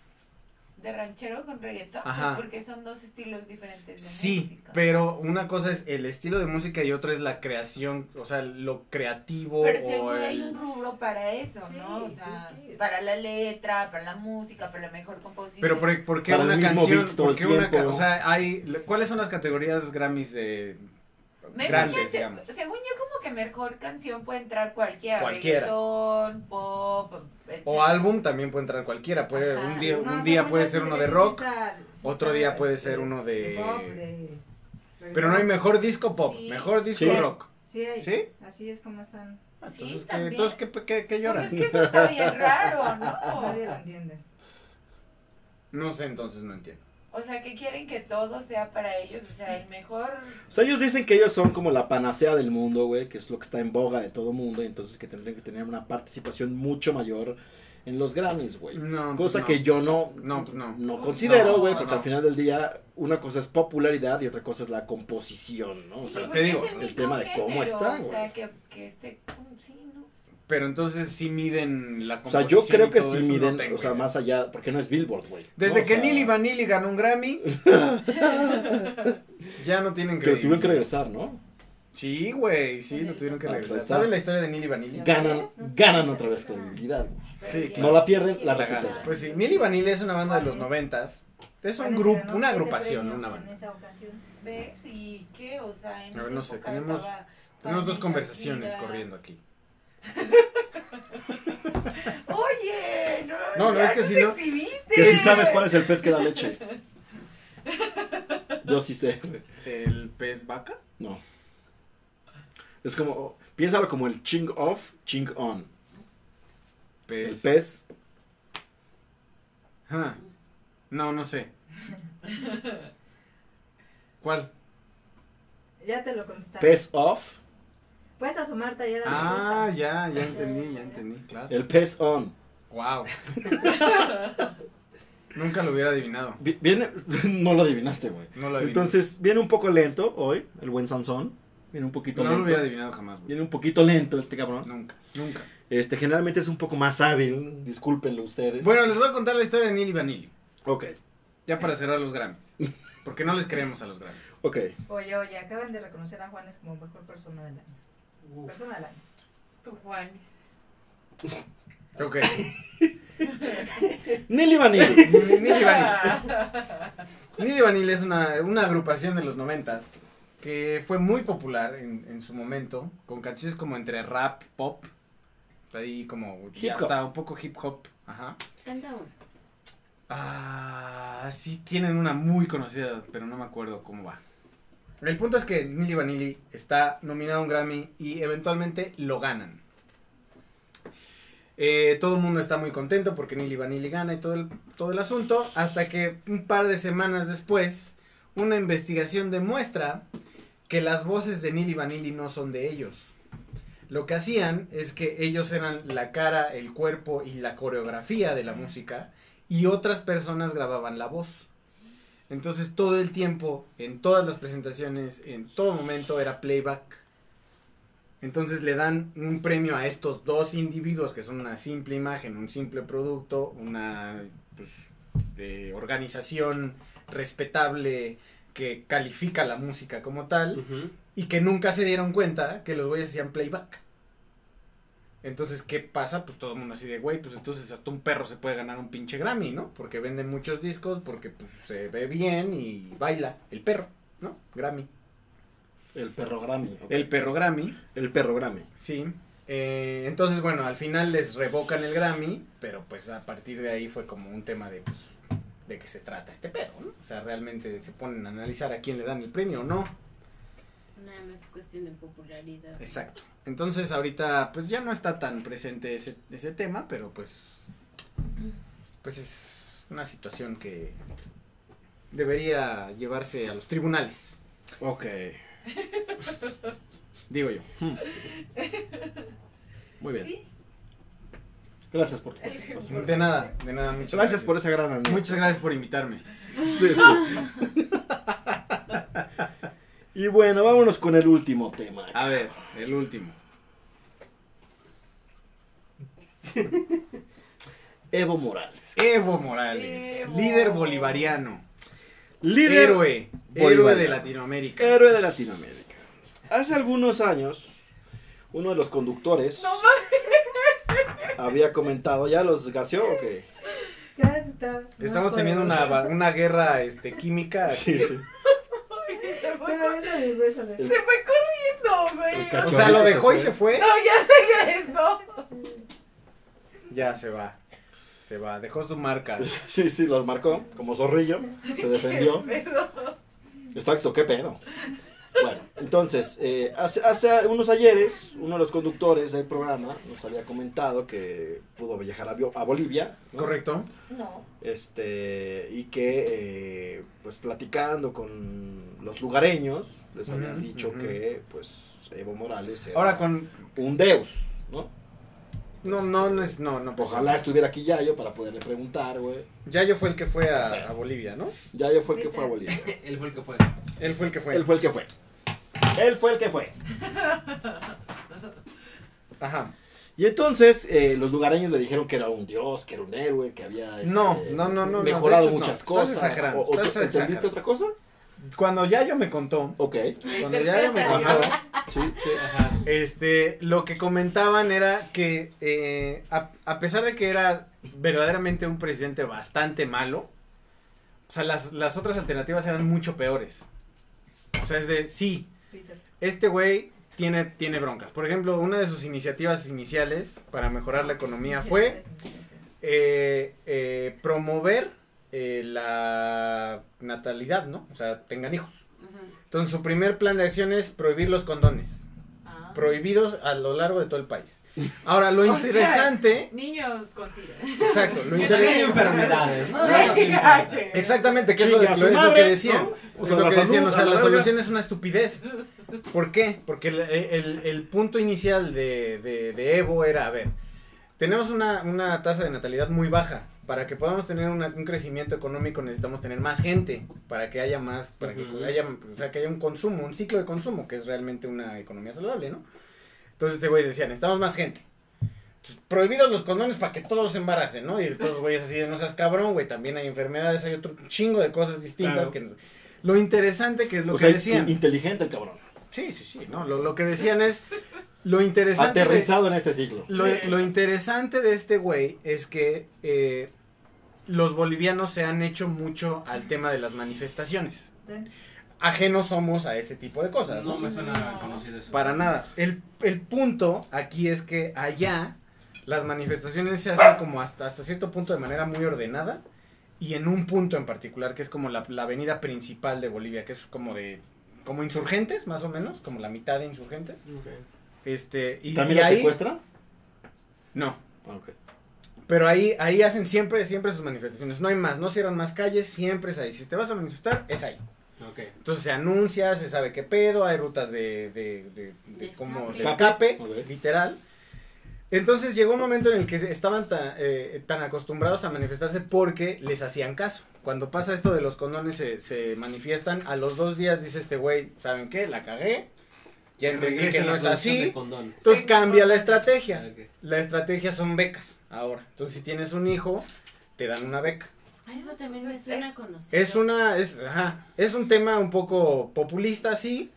De ranchero con reggaetón. pues, Ajá. porque son dos estilos diferentes de Sí, música. pero una cosa es el estilo de música y otra es la creación, o sea, lo creativo Pero o seguro hay el... un rubro para eso, Sí, ¿no? O sí, sea, sí. para la letra, para la música, para la mejor composición. Pero por, por qué Para el una mismo canción, beat todo por qué el una, ca- tiempo. o sea, hay ¿cuáles son las categorías Grammys de Me grandes, parece- digamos? Según yo, como que mejor canción puede entrar cualquiera. Cualquiera. Reggaetón, pop, O etcétera. álbum también puede entrar cualquiera, puede Ajá. un día No, un o día sea, puede sí, ser uno sí de está- rock, sí está- otro día puede ser este, uno pop, de de Pero no hay reggaetón. mejor disco pop, Sí. mejor disco Sí. rock. Sí, hay. ¿Sí? Así es como están. Sí, Entonces, ¿qué, también. entonces ¿qué, qué, qué lloran? Pues es que eso está *laughs* bien raro, Ah. ¿no? Nadie lo entiende. No sé, entonces no entiendo. O sea, que quieren que todo sea para ellos, o sea, el mejor... O sea, ellos dicen que ellos son como la panacea del mundo, güey, que es lo que está en boga de todo mundo, y entonces que tendrían que tener una participación mucho mayor en los Grammys, güey. No, Cosa no. que yo no, No, pues no. no considero, No, güey, no, porque no. al final del día una cosa es popularidad y otra cosa es la composición, ¿no? O Sí, sea, porque digo, es el mismo tema de cómo género, está, O sea, güey. que, que esté... como- Sí, ¿no? Pero entonces sí miden la o composición. sea, yo creo y que todo sí eso, no miden, tengo o sea, idea. más allá, porque no es Billboard, güey. Desde ¿no? O que sea, Nili Vanilli ganó un *laughs* Grammy, ya no tienen Que que lo tuvieron que regresar, ¿no? Sí, güey, sí, lo tuvieron que Ah, pues regresar. está. ¿Saben la historia de Nili Vanilli? Ya Ganan, ves, no sé. ganan otra vez credibilidad, güey. Sí, No la pierden, la La recuperan. ganan. Pues sí, Nili Vanilli es una banda de los noventas. Es un Bueno, grupo, ganó una siete agrupación, premios no una En banda. esa ocasión. ¿Ves? ¿Y qué? O sea, en A ver, esa no sé, época tenemos- estaba Tenemos dos Fanny conversaciones Shakira. corriendo aquí. Oye, no, No, no, ya es que nos si no- exhibiste. Que si sabes cuál es el pez que da leche. Yo sí sé. ¿El pez vaca? No. Es como, piénsalo como el ching off, ching on. El Pez. pez, Ah. No, no sé. *laughs* ¿Cuál? Ya te lo contestaron. pez off, Puedes asomarte ahí a la Pues- Ah, respuesta. ya, ya entendí, ya entendí, claro. el pez on. *laughs* Wow. Nunca lo hubiera adivinado. Vi- Viene, *laughs* no lo adivinaste, güey. No lo adiviné. Entonces, viene un poco lento hoy, el buen Sansón. Viene un poquito no lo hubiera lento. adivinado jamás, güey. Viene un poquito lento este cabrón. Nunca, nunca. Este, generalmente es un poco más hábil, discúlpenlo ustedes. Bueno, les voy a contar la historia de Nili Vanilli. ok, Ya para cerrar los Grammys. Porque no les creemos a los Grammys. ok. Oye, oye, acaban de reconocer a Juanes como mejor persona del año. Persona del año. Tu Juanes. *laughs* Ok. Nelly *laughs* Vanilli. Nili Vanilli. Nili Vanilli es una, una agrupación de los noventas que fue muy popular en, en su momento, con canciones como entre rap, pop, ahí como y Hip hop. hasta un poco hip hop, ajá. Canta uno. Ah, sí tienen una muy conocida, pero no me acuerdo cómo va. El punto es que Nili Vanilli está nominado a un Grammy y eventualmente lo ganan. Eh, todo el mundo está muy contento porque Nili Vanilli gana y todo el, todo el asunto, hasta que un par de semanas después, una investigación demuestra que las voces de Nili Vanilli no son de ellos. Lo que hacían es que ellos eran la cara, el cuerpo y la coreografía de la música y otras personas grababan la voz. Entonces todo el tiempo, en todas las presentaciones, en todo momento era playback. Entonces le dan un premio a estos dos individuos que son una simple imagen, un simple producto, una pues, eh, organización respetable que califica la música como tal Ujú. y que nunca se dieron cuenta que los güeyes hacían playback. Entonces, ¿qué pasa? Pues todo el mundo así de, güey, pues entonces hasta un perro se puede ganar un pinche Grammy, ¿no? Porque vende muchos discos, porque pues, se ve bien y baila el perro, ¿no? Grammy. El perro Grammy. ok. El perro Grammy, El perro Grammy. sí. Eh, entonces, bueno, al final les revocan el Grammy, pero pues a partir de ahí fue como un tema de, pues, de qué se trata este perro, ¿no? O sea, realmente se ponen a analizar a quién le dan el premio o no. Nada más es cuestión de popularidad. Exacto. Entonces ahorita pues ya no está tan presente ese, ese tema, pero pues pues es una situación que debería llevarse a los tribunales, Ok, digo yo. muy bien. Sí. Gracias por tu El- participación. De nada, de nada, muchas Gracias, por esa gran anécdota. Muchas gracias por invitarme. Sí, sí. *laughs* y bueno, vámonos con el último tema. A ver, el último. Evo Morales. Evo Morales, Evo. líder bolivariano, Líder héroe, héroe bolivariano. de Latinoamérica. héroe de Latinoamérica. Hace algunos años, uno de los conductores había comentado, ¿ya los gaseó o qué? Ya está. No Estamos puedo. teniendo una, *laughs* va- una guerra este, química. Sí, sí. Ay, se fue, Pero viendo mis besos. El- se fue corriendo, güey. El O sea, lo dejó y se fue. No, ya regresó. Ya se va. Se va, dejó su marca. *laughs* Sí, sí, los marcó como zorrillo, se defendió. Pero, Exacto, qué pedo. Bueno, entonces, eh, hace, hace unos ayeres, uno de los conductores del programa nos había comentado que pudo viajar a, Bio- a Bolivia. ¿no? Correcto. No. Este, y que, eh, pues, platicando con los lugareños, les habían Ujú, dicho ujú. que, pues, Evo Morales era Ahora con. un deus, ¿no? No, no, no es. No, no. pues, Ojalá estuviera aquí Yayo para poderle preguntar, güey. Yayo fue el que fue a, a Bolivia, ¿no? Yayo fue el que fue a Bolivia. Él fue el que fue. Él fue el que fue. Él fue el que fue. Él fue el que fue. Ajá. Y entonces eh, los lugareños le dijeron que era un dios, que era un héroe, que había este, No, no, no, no, no, mejorado de hecho, no. muchas Estás cosas. exagerando, O- o- estás ¿Entendiste exagerando. otra cosa? Cuando Yayo me contó. Ok. Cuando Yayo me contó. Sí, sí. Este, lo que comentaban era que eh, a, a pesar de que era verdaderamente un presidente bastante malo, o sea, las, las otras alternativas eran mucho peores. O sea, es de, sí, Peter. este güey tiene, tiene broncas. Por ejemplo, una de sus iniciativas iniciales para mejorar la economía fue eh, eh, promover eh, la natalidad, ¿no? O sea, tengan hijos. Entonces, su primer plan de acción es prohibir los condones Ah. prohibidos a lo largo de todo el país. Ahora, *laughs* lo O sea, interesante. Niños con *laughs* sida. exacto, lo Sí, sí, hay interesante. enfermedades, ¿no? Güey, qué *laughs* gacho. Exactamente, que es lo, Chinga lo- a su es lo madre, que decían. ¿no? O Es sea, lo la que salud, decían, o sea, a la la verga. solución es una estupidez. ¿Por qué? Porque el, el- el punto inicial de, de- de Evo era, a ver, tenemos una, una tasa de natalidad muy baja. Para que podamos tener una- un crecimiento económico necesitamos tener más gente, para que haya más, para Ujú. que haya, o sea, que haya un consumo, un ciclo de consumo, que es realmente una economía saludable, ¿no? Entonces este güey decía, necesitamos más gente. Entonces, Prohibidos los condones para que todos se embaracen, ¿no? Y todos los güeyes así, de, no seas cabrón, güey, también hay enfermedades, hay otro chingo de cosas distintas Claro. que... Lo interesante que es lo O que sea, decían. inteligente el cabrón. Sí, sí, sí, no, lo, lo que decían es, lo interesante... de- Aterrizado en este siglo. lo, lo interesante de este güey es que eh, los bolivianos se han hecho mucho al tema de las manifestaciones. Ajenos somos a ese tipo de cosas, ¿no? No me suena conocido eso. Para nada. El, el punto aquí es que allá las manifestaciones se hacen como hasta, hasta cierto punto de manera muy ordenada y en un punto en particular que es como la, la avenida principal de Bolivia, que es como de como insurgentes más o menos, como la mitad de insurgentes. Este y, y ¿También la ahí secuestran? no, Ah, ok. pero ahí ahí hacen siempre siempre sus manifestaciones, no hay más, no cierran más calles, siempre es ahí. Si te vas a manifestar es ahí. Ok. Entonces se anuncia, se sabe qué pedo, hay rutas de, de, de- de como de Escape. escape, Ok. literal. Entonces llegó un momento en el que estaban tan, eh, tan acostumbrados a manifestarse porque les hacían caso. Cuando pasa esto de los condones se, se manifiestan, a los dos días dice este güey, ¿saben qué? La cagué, ya entendí que Regresa no la es producción así. de condones. Entonces cambia la Ah, estrategia. ok. La estrategia son becas ahora. Entonces si tienes un hijo, te dan una beca. Ay, Eso eh, también me suena conocido. Es una, es, ajá, es un tema un poco populista, sí,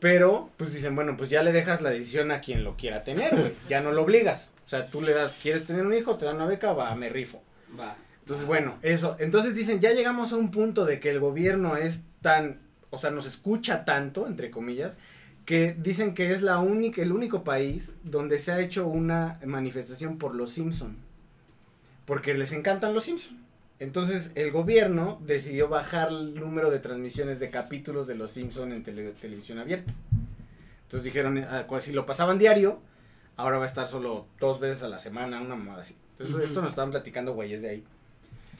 pero pues dicen, bueno, pues ya le dejas la decisión a quien lo quiera tener, güey, ya no lo obligas. O sea, tú le das, ¿quieres tener un hijo? Te dan una beca, va, me rifo. Va. Entonces, bueno, eso. Entonces dicen, ya llegamos a un punto de que el gobierno es tan, o sea, nos escucha tanto, entre comillas, que dicen que es la única, el único país donde se ha hecho una manifestación por los Simpson. Porque les encantan los Simpson. Entonces, el gobierno decidió bajar el número de transmisiones de capítulos de los Simpson en tele- televisión abierta. Entonces dijeron, ah, cual- si lo pasaban diario, ahora va a estar solo dos veces a la semana, una mamada así. Entonces, Ujú. esto nos estaban platicando güeyes de ahí.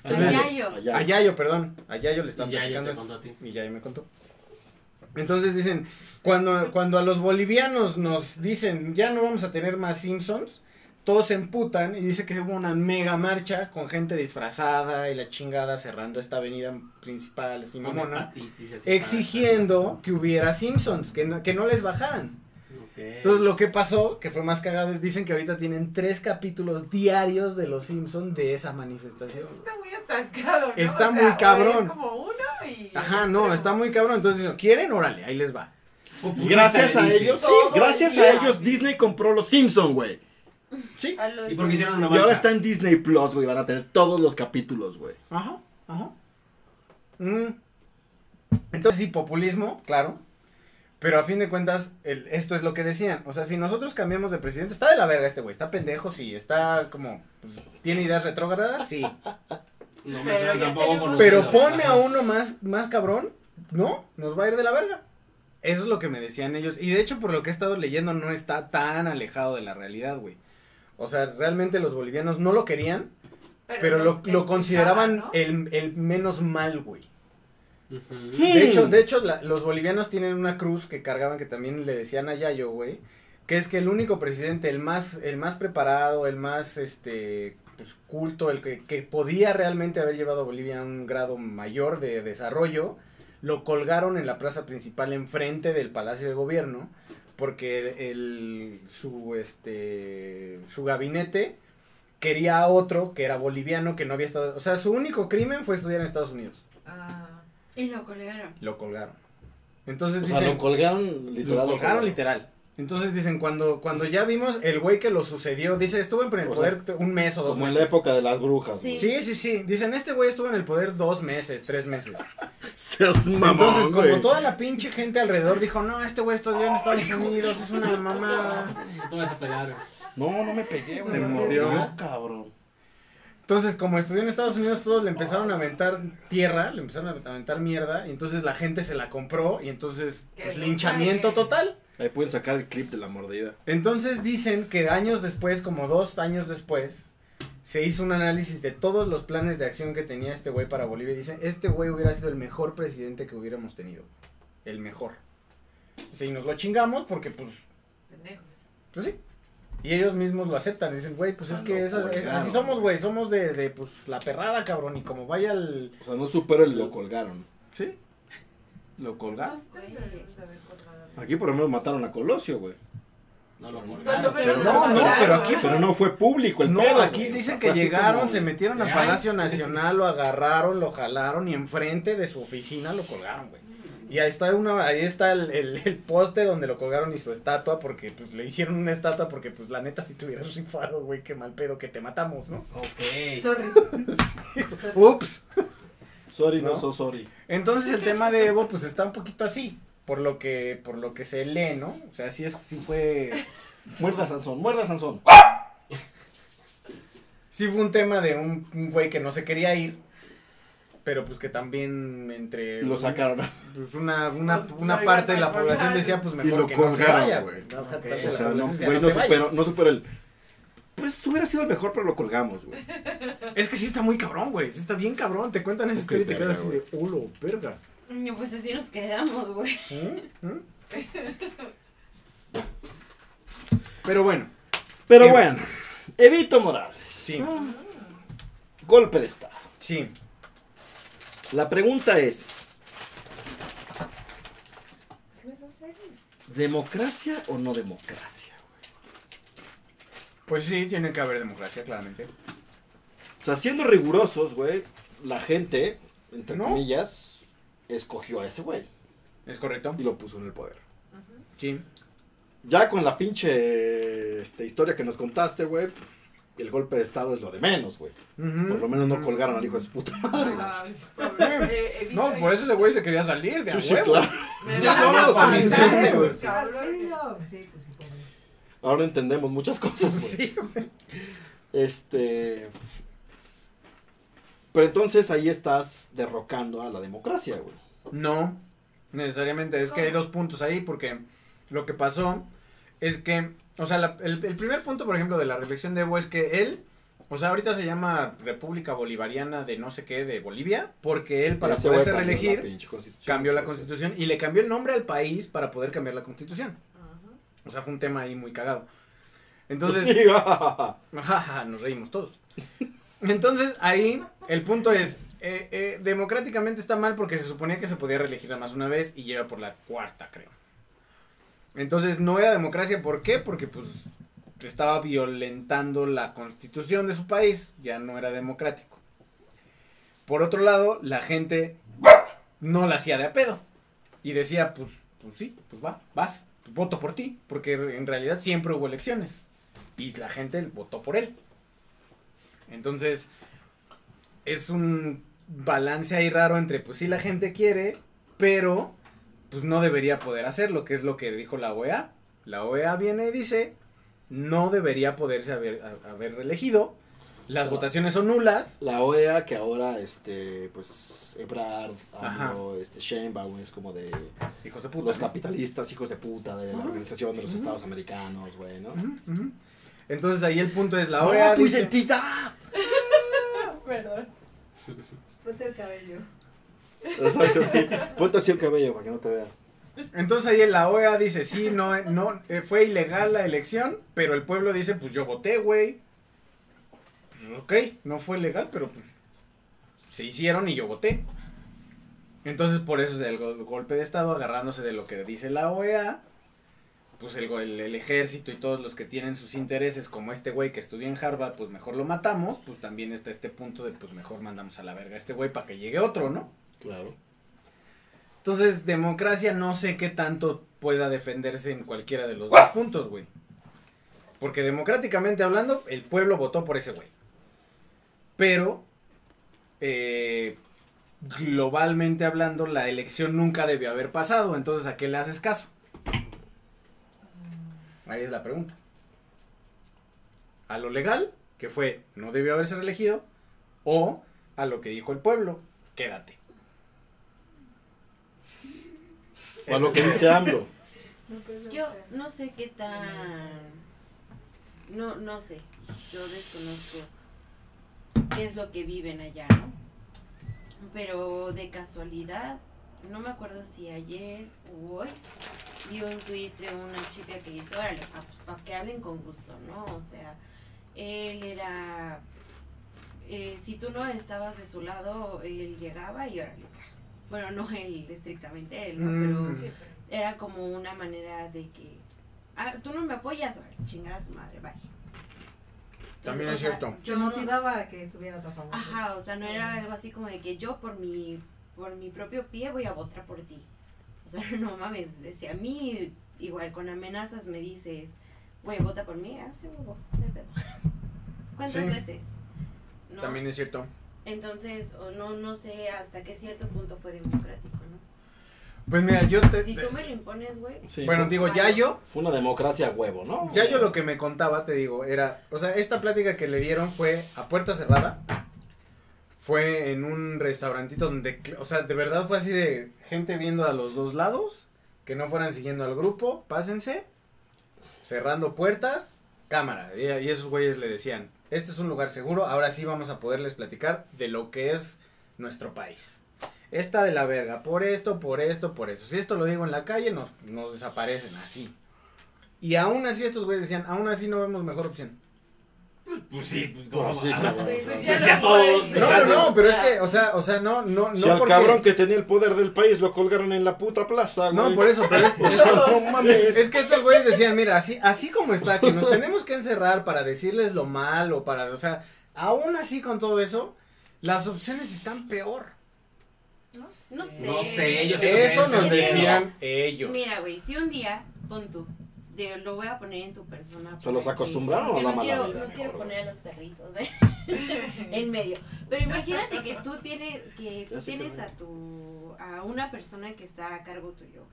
Allá- Ayayo. allá- A Yayo, perdón. A Yayo le están Y ya, ya platicando te esto. contó a ti. Y Yayo me contó. Entonces dicen, cuando, cuando a los bolivianos nos dicen, ya no vamos a tener más Simpsons, todos se emputan y dice que hubo una mega marcha con gente disfrazada y la chingada cerrando esta avenida principal, así Con mamona, hepatitis y así ah, exigiendo que hubiera Simpsons, que no, que no les bajaran. para- Ok. Entonces lo que pasó, que fue más cagado, es dicen que ahorita tienen tres capítulos diarios de los Simpsons de esa manifestación. Eso está muy atascado. ¿no? Está O sea, muy cabrón. Es como uno y. Ajá, no, está muy cabrón. Entonces, ¿quieren? Órale, ahí les va. Y gracias a Populista, ellos, dice. sí, gracias a día. ellos Disney compró los Simpson, güey. Sí. A los- ¿Y por qué hicieron Y una marca? ahora está en Disney Plus, güey. Van a tener todos los capítulos, güey. Ajá, ajá. Mm. Entonces, sí, populismo, claro. Pero a fin de cuentas, el- esto es lo que decían. O sea, si nosotros cambiamos de presidente, está de la verga este güey. Está pendejo, sí. Está como. pues, ¿Tiene ideas retrógradas? Sí. No me Pero suena ya tampoco tenemos- conocido. Pero ponme Ajá. a uno más, más cabrón, ¿no? Nos va a ir de la verga. Eso es lo que me decían ellos. Y de hecho, por lo que he estado leyendo, no está tan alejado de la realidad, güey. O sea, realmente los bolivianos no lo querían, pero, lo, lo consideraban eh, el, el menos mal, güey. De hecho, de hecho la- los bolivianos tienen una cruz que cargaban que también le decían a Yayo, güey, que es que el único presidente, el más, el más preparado, el más, este, pues, culto, el que, que podía realmente haber llevado a Bolivia a un grado mayor de desarrollo, lo colgaron en la plaza principal enfrente del Palacio de Gobierno, porque el, el- su, este, su gabinete quería a otro que era boliviano, que no había estado, o sea, su único crimen fue estudiar en Estados Unidos, Ah, Y lo colgaron. lo colgaron. Entonces O sea, dicen- lo colgaron Lo literal. lo colgaron literal. Entonces dicen, cuando, cuando ya vimos el güey que lo sucedió, dice, estuvo en el O poder un mes o dos Como en la meses. época de las brujas. Sí. güey. Sí, sí, sí. Dicen, este güey estuvo en el poder dos meses, tres meses. *laughs* Seas mamón, Entonces, como Ah, güey. toda la pinche gente alrededor dijo, no, este güey estudió en Estados Unidos, es una mamada. Tú vas a pelear. No, no me pegué, güey. Te me mordió. mordió, cabrón. Entonces, como estudió en Estados Unidos, todos le empezaron a aventar tierra, le empezaron a aventar mierda, y entonces la gente se la compró, y entonces, Que pues, lo linchamiento traigan. total. Ahí pueden sacar el clip de la mordida. Entonces dicen que años después, como dos años después, se hizo un análisis de todos los planes de acción que tenía este güey para Bolivia. y Dicen, este güey hubiera sido el mejor presidente que hubiéramos tenido. El mejor. Dice, y nos lo chingamos porque, pues, pendejos. pues sí. Y ellos mismos lo aceptan. Dicen, güey, pues es Ah, que no, esas, pues, es- claro, así somos, güey. güey. Somos de, de, pues, la perrada, cabrón. Y como vaya el... O sea, no supero el lo colgaron. Sí. Lo No colgaron. estoy feliz de haber colgado. Aquí por lo menos mataron a Colosio, güey. No lo Pero, colgaron. pero, no, no, pero aquí Pero no fue público el No, pedo, aquí güey. O dicen sea, que fue así llegaron, como- se metieron a Ay. Palacio Nacional, lo agarraron, lo jalaron y enfrente de su oficina lo colgaron, güey. Y ahí está una, ahí está el, el- el poste donde lo colgaron y su estatua, porque pues le hicieron una estatua porque pues la neta si te hubieras rifado, güey, qué mal pedo que te matamos, ¿no? Ok. Sorry. Ups. Sorry, no, ¿No? so sorry. Entonces el tema de Evo pues está un poquito así, por lo que, por lo que se lee, ¿no? O sea, sí es, sí fue, Muerda Sansón, muerda Sansón. sí fue un tema de un, un güey que no se quería ir, pero pues que también entre Y lo sacaron. pues una, una, Pues, una traigan parte de la al población colgado. decía, pues Y mejor lo que colgaron, no se vaya, güey. No, Ok. tanta de O la sea, no, población güey, ya no te vayas. supero, no supero el. Pues hubiera sido el mejor, pero lo colgamos, *laughs* güey. Es que sí está muy cabrón, güey, sí está bien cabrón, te cuentan esa Ok, historia y te verga, quedas así de, holo, verga. No, Pues así nos quedamos, güey. ¿Mm? ¿Mm? Pero bueno, Pero Bien. bueno, Evito Morales. sí, Golpe de Estado. sí, La pregunta es: ¿democracia o no democracia? pues sí, tiene que haber democracia, claramente. O sea, siendo rigurosos, güey, la gente, entre ¿No? comillas, escogió a ese güey ¿Es correcto? y lo puso en el poder. Sí. Ya con la pinche este, historia que nos contaste, güey, pues, el golpe de Estado es lo de menos, güey. Ujú. Por lo menos no colgaron al hijo de su puta madre. güey. Ah, pues, pobre, evito No, por eso ese güey se quería salir de a Sí, sí, huevo. claro. Me *laughs* Sí, van no, a no, matar, sí, sí, güey. Auxilio. Sí, pues sí, pobre. Ahora entendemos muchas cosas, güey. *laughs* Sí, Este. Pero entonces ahí estás derrocando a la democracia, güey. No, necesariamente. Es que hay dos puntos ahí porque lo que pasó es que, o sea, la- el, el primer punto, por ejemplo, de la reelección de Evo es que él, o sea, ahorita se llama República Bolivariana de no sé qué de Bolivia, porque él para Ese poderse güey cambió la reelegir pinche constitución, cambió la sí, *laughs* sí. constitución y le cambió el nombre al país para poder cambiar la constitución. Ajá. O sea, fue un tema ahí muy *laughs* cagado. Entonces, Sí, jajaja. *laughs* Ajá, nos reímos todos. Entonces, ahí el punto es, eh, eh, democráticamente está mal porque se suponía que se podía reelegir nada más una vez y lleva por la cuarta, creo. Entonces, no era democracia, ¿por qué? Porque pues estaba violentando la constitución de su país, ya no era democrático. Por otro lado, la gente no la hacía de a pedo y decía, pues, pues sí, pues va, vas, voto por ti, porque en realidad siempre hubo elecciones y la gente votó por él. Entonces, es un balance ahí raro entre, pues sí, la gente quiere, pero pues no debería poder hacerlo, que es lo que dijo la E OEA. La OEA viene y dice, no debería poderse haber, a- haber reelegido Las votaciones son nulas. La OEA que ahora, este, pues, Ebrard, AMLO, este, Sheinbaum es como de Hijos de los puta. ¿no? capitalistas, hijos de puta, de la Organización de los Estados Americanos, güey, ¿no? E Ujú, ujú. Entonces ahí el punto es la ¡No, pues, OEA. tu dice- identidad! Perdón. Ponte el cabello. Exacto, *laughs* sí. Ponte así el cabello para que no te vea. Entonces ahí en la OEA dice, sí, no, no, eh, fue ilegal la elección, pero el pueblo dice, pues yo voté, güey. Pues, ok, no fue legal, pero pues, se hicieron y yo voté. Entonces por eso es el go- golpe de Estado, agarrándose de lo que dice la OEA, pues el, go- el- el ejército y todos los que tienen sus intereses, como este güey que estudia en Harvard, pues mejor lo matamos, pues también está este punto de, pues mejor mandamos a la verga a este güey para que llegue otro, ¿no? Claro. Entonces, democracia no sé qué tanto pueda defenderse en cualquiera de los dos puntos, güey. Porque democráticamente hablando, el pueblo votó por ese güey. Pero, eh, globalmente hablando, la elección nunca debió haber pasado. Entonces, ¿a qué le haces caso? Ahí es la pregunta. ¿A lo legal, que fue no debió haberse reelegido? ¿O a lo que dijo el pueblo, quédate? O a lo que dice AMLO. Yo no sé qué tan. No, no sé. Yo desconozco qué es lo que viven allá, ¿no? Pero de casualidad, no me acuerdo si ayer o hoy, vi un tuit de una chica que dice: Órale, ah, pues para que hablen con gusto, ¿no? O sea, él era. eh, si tú no estabas de su lado, él llegaba y órale. ca. Bueno, no él estrictamente, él, ¿no? Pero Mm. era como una manera de que ah, tú no me apoyas, órale, chingar a su madre, vaya. También es cierto. Yo Te no- motivaba a que estuvieras a favor. ajá, o sea, no era algo así como de que yo por mi por mi propio pie voy a votar por ti. O sea, *laughs* no mames, si a mí igual con amenazas me dices, güey, vota por mí, ah, sí, huevo, *laughs* no hay pedo. ¿Cuántas Sí. veces? No. También es cierto. Entonces, o no no sé hasta qué cierto punto fue democrático, ¿no? Pues mira, yo te. Si te- tú me lo impones, güey, Sí. bueno, digo, ya yo. Fue una democracia a huevo, ¿no? Ya yo lo que me contaba, te digo, era. O sea, esta plática que le dieron fue a puerta cerrada. Fue en un restaurantito donde. cl- O sea, de verdad fue así de gente viendo a los dos lados. Que no fueran siguiendo al grupo. Pásense. Cerrando puertas. Cámara. Y, y esos güeyes le decían: Este es un lugar seguro. Ahora sí vamos a poderles platicar de lo que es nuestro país. Esta de la verga, por esto, por esto, por eso. Si esto lo digo en la calle, nos, nos desaparecen así. Y aún así estos güeyes decían, aún así no vemos mejor opción. Pues sí, pues Pues sí, cabrón. Pues Pues ya ya no todos fue. No, no, no, pero es que, Ya. o sea, o sea, no, no, no Si al porque- cabrón que tenía el poder del país lo colgaron en la puta plaza, No, güey. por eso, pero es, *laughs* *laughs* O sea, no mames. es que estos güeyes decían, mira, así, así como está, que nos tenemos que encerrar para decirles lo mal o para, o sea, aún así con todo eso, las opciones están peor. No sé. no sé. No sé, yo siento que Eso es el nos miedo. decían ellos. Mira, güey, si un día, pon tú, de- lo voy a poner en tu persona. ¿Se los porque- acostumbraron porque o la no mala quiero, vida, No quiero mejor? poner a los perritos *laughs* ¿eh? en medio. Pero imagínate que tú tienes, que tú Ya sé que tienes no. a tu, a una persona que está a cargo tuyo,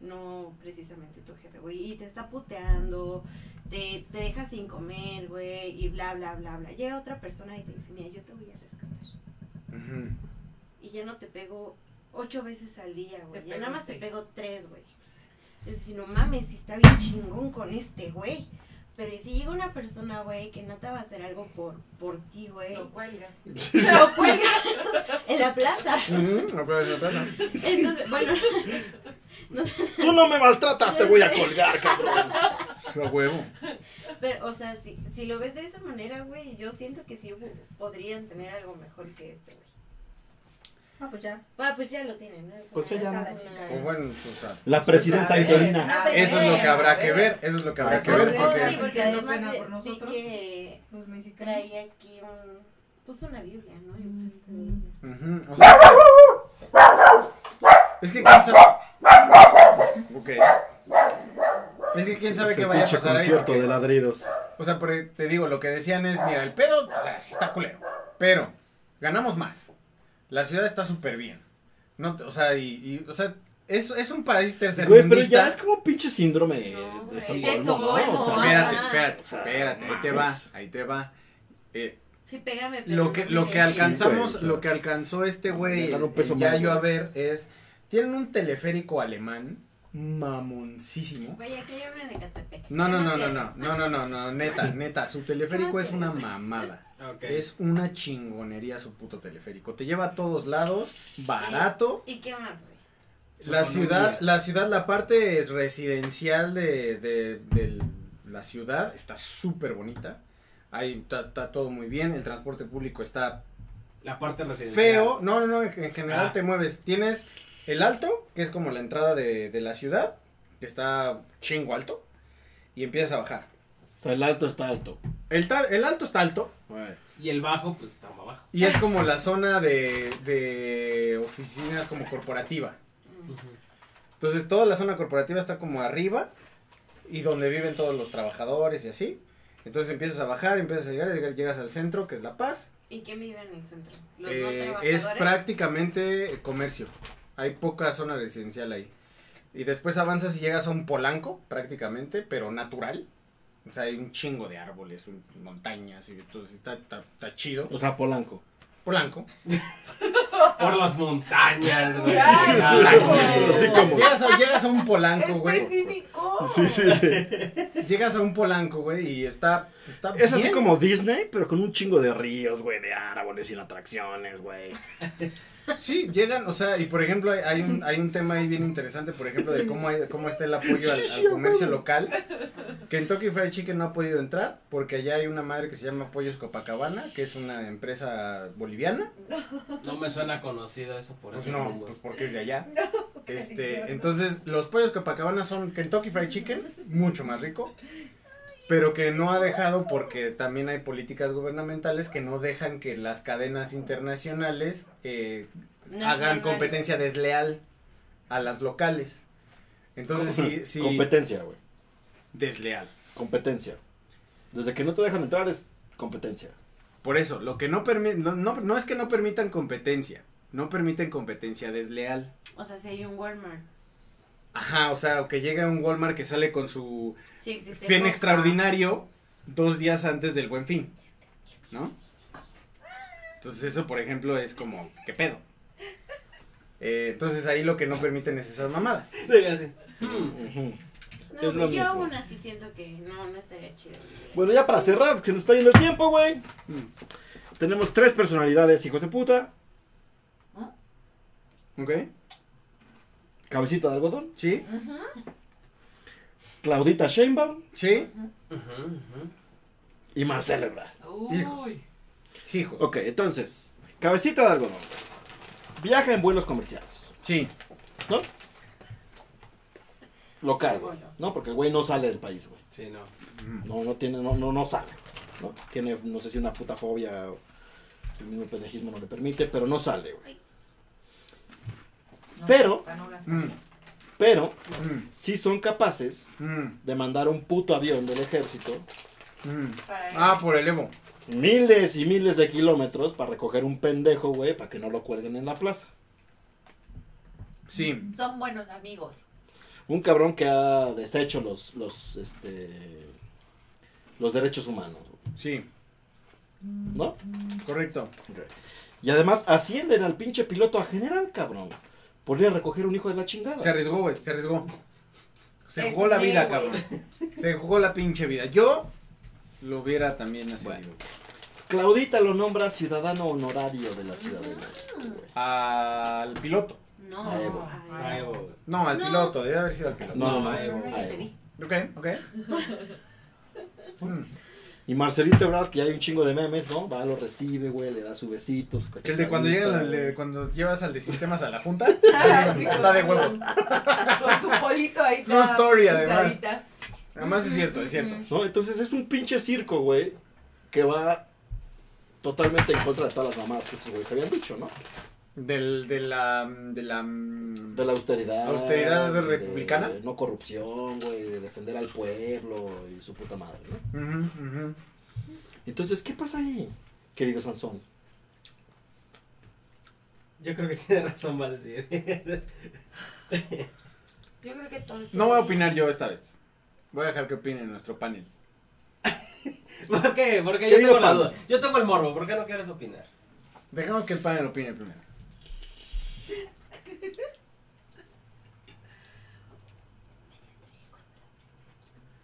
güey. No precisamente tu jefe, güey. Y te está puteando, te, te deja sin comer, güey, y bla, bla, bla, bla. Llega otra persona y te dice, mira, yo te voy a rescatar. Ujú. Y ya no te pego ocho veces al día, güey. Te Ya pego nada más te seis. pego tres, güey. Es decir, no mames, si está bien chingón con este, güey. Pero ¿y si llega una persona, güey, que no te va a hacer algo por, por ti, güey. Lo cuelgas. Lo cuelgas en la plaza. Ujú, no puedes notar, ¿no? Entonces, bueno, Tú no me maltratas, te voy a colgar, cabrón. A huevo. pero, o sea, si, si lo ves de esa manera, güey, yo siento que sí hubo- podrían tener algo mejor que este, güey. Ah, pues ya. Ah, pues ya lo tienen, ¿no? Es Pues una- ella una- no. Pues bueno, o sea, La presidenta Pues, Isolina. una eso es lo que presidenta, habrá que ver, eso es lo que habrá que ver, Pues, Sí, porque porque Ay, qué además pena eh, por vi nosotros. que Los mexicanos. traía aquí un puso una biblia no Mm, enfrente de ella Ujú, o sea, es que quién sabe. Ok. Es que quién sabe qué vaya a pinche pasar ahí. concierto porque- de ladridos. O sea, porque te digo, lo que decían es, mira, el pedo o sea, sí está culero, pero ganamos más. La ciudad está súper bien. No, te- o sea, y, y, o sea, es, es un país Güey, pero tercermundista. ya es como pinche síndrome No, de güey. Estocolmo, Estocolmo, ¿no? O sea, ajá. Espérate, espérate, O sea, espérate, ahí te va, mames. ahí te va. Eh, Sí, pégame. pero Lo no que, me lo que dejes. alcanzamos, Sí, güey, o sea, lo que alcanzó este güey, ganar un peso el más, Yayo güey. a ver, es, tienen un teleférico alemán mamoncísimo. Güey, aquí hay una en Ecatepec. No, no, ¿Qué no, más no, quieres? no, no, no, no, no, *laughs* neta, neta, su teleférico es una mamada. Ok. Es una chingonería su puto teleférico. Te lleva a todos lados, barato. ¿Y qué más, güey? Su La economía. ciudad, la ciudad, la parte residencial de, de- del- la ciudad está súper bonita. Ahí está, está todo muy bien. El transporte público está La parte residencial. feo. No, no, no, en, en general Ah. te mueves. Tienes el alto, que es como la entrada de, de la ciudad, que está chingo alto, y empiezas a bajar. O sea, el alto está alto. El, ta- el alto está alto, Güey. Y el bajo, pues está más abajo. Y es como la zona de, de oficinas como corporativa. Entonces toda la zona corporativa está como arriba y donde viven todos los trabajadores y así. Entonces empiezas a bajar, empiezas a llegar, lleg- llegas al centro, que es La Paz. ¿Y quién vive en el centro? Los no Eh, trabajadores. es prácticamente comercio. Hay poca zona residencial ahí. Y después avanzas y llegas a un polanco, prácticamente, pero natural. O sea, hay un chingo de árboles, un- montañas y todo. Está, está, está chido. O sea, Polanco. Polanco. Por las montañas, güey. Ay, Montañas. Así como. Llegas a, llegas a un *laughs* polanco, Es güey. específico. Sí, sí, sí. Llegas a un polanco, güey, y está. está Es así bien. como Disney, pero con un chingo de ríos, güey, de árboles y atracciones, güey. Sí, llegan, o sea, y por ejemplo, hay, hay un, hay un tema ahí bien interesante, por ejemplo, de cómo, hay- cómo está el apoyo al, al comercio local. Kentucky Fried Chicken no ha podido entrar porque allá hay una madre que se llama Pollos Copacabana, que es una empresa boliviana. No me suena conocido eso por Pues eso. no, pues porque es de allá. Este, entonces, los pollos Copacabana son Kentucky Fried Chicken, mucho más rico, pero que no ha dejado porque también hay políticas gubernamentales que no dejan que las cadenas internacionales eh, hagan Nacional. competencia desleal a las locales. Entonces, sí, sí, Competencia, güey. desleal. Competencia. Desde que no te dejan entrar es competencia. Por eso, lo que no permite, no, no, no es que no permitan competencia, no permiten competencia desleal. O sea, si hay un Walmart. Ajá, o sea, o que llega un Walmart que sale con su Sí existe. fin Coca. extraordinario dos días antes del buen fin. ¿No? Entonces eso, por ejemplo, es como, ¿qué pedo? Eh, entonces ahí lo que no permiten es esa mamada. Diría así, hmm, No, Es lo güey, yo mismo. aún así siento que no, no estaría chido. vivir ahí. Bueno, ya para cerrar, que se nos está yendo el tiempo, güey. Tenemos tres personalidades, hijos de puta. ¿Ok? Cabecita de algodón. ¿Sí? Claudita Sheinbaum ¿Sí? ujú, ujú. y Marcelo Ebrard. Hijos. Uy. Hijos. Ok, entonces, cabecita de algodón. Viaja en vuelos comerciales. Sí. ¿No? Local, güey. No, porque el güey no sale del país, güey. Sí, no. No, no tiene, no, no, no sale. ¿no? Tiene, no sé si una puta fobia o el mismo pendejismo no le permite, pero no sale, güey. No, Pero- para no gastar. Mm, Pero mm, sí son capaces mm, de mandar un puto avión del ejército mm. Para él. Ah, por el Evo. miles y miles de kilómetros para recoger un pendejo, güey, para que no lo cuelguen en la plaza. Sí. Son buenos amigos. Un cabrón que ha deshecho los, los, este, los derechos humanos, Sí. ¿no? Correcto. Y además ascienden al pinche piloto a general, cabrón. Por ir a recoger un hijo de la chingada. Se arriesgó, güey. Se arriesgó. Se Es jugó la gay, vida, güey. cabrón. Se jugó la pinche vida. Yo lo hubiera también ascendido. Claudita lo nombra ciudadano honorario de la Ciudad de México, güey. Al piloto. No, Ay, güey. ay, Ay, güey. No, al No. piloto, debe haber sido al piloto. No, no, no. Ay, no, güey. ya Ay, te güey. vi. Ok, ok. Mm. Y Marcelito Ebrard, que hay un chingo de memes, ¿no? Va, lo recibe, güey, le da su besito, su El de cuando llega la- cachetadita, el de güey. cuando llevas al de sistemas a la junta. Ah, *laughs* sí, Está de con- huevos. Con su polito ahí. True toda story, además. usadita. Además es cierto, es cierto. ¿No? Entonces es un pinche circo, güey, que va totalmente en contra de todas las mamás que estos güeyes habían dicho, ¿no? Del, de la de la mm, De la austeridad. ¿Austeridad de- republicana? de no corrupción, güey, de defender al pueblo y su puta madre, ¿no? ujú, ujú. Entonces, ¿qué pasa ahí, querido Sansón? Yo creo que *laughs* tiene razón, va a decir. Yo creo que todo es. No voy a opinar yo esta vez. Voy a dejar que opine nuestro panel. ¿Por qué? Porque yo Querido tengo la Pablo. duda. Yo tengo el morbo, ¿por qué no quieres opinar? Dejemos que el panel opine primero.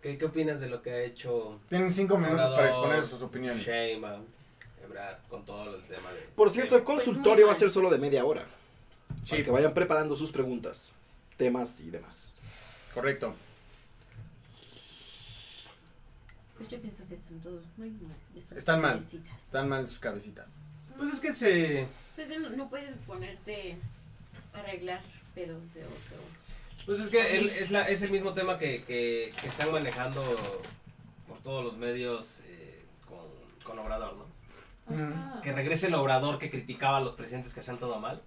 ¿Qué, qué opinas de lo que ha hecho Tienen cinco minutos Obrador, para exponer sus opiniones. Sheinbaum, Ebrard, con todo el tema de... Por cierto, el de- consultorio va a ser solo de media hora. Sí. Para que vayan preparando sus preguntas, temas y demás. Correcto. Pues yo pienso que están todos muy mal. de sus Están mal. cabecitas. Están mal en sus cabecitas. Pues es que se... Pues no, no puedes ponerte a arreglar pedos de otro. Pues es que el- es, la- es el mismo tema que, que- que están manejando por todos los medios eh, con, con Obrador, ¿no? Mm, Ajá. Que regrese el Obrador que criticaba a los presidentes que hacían todo mal,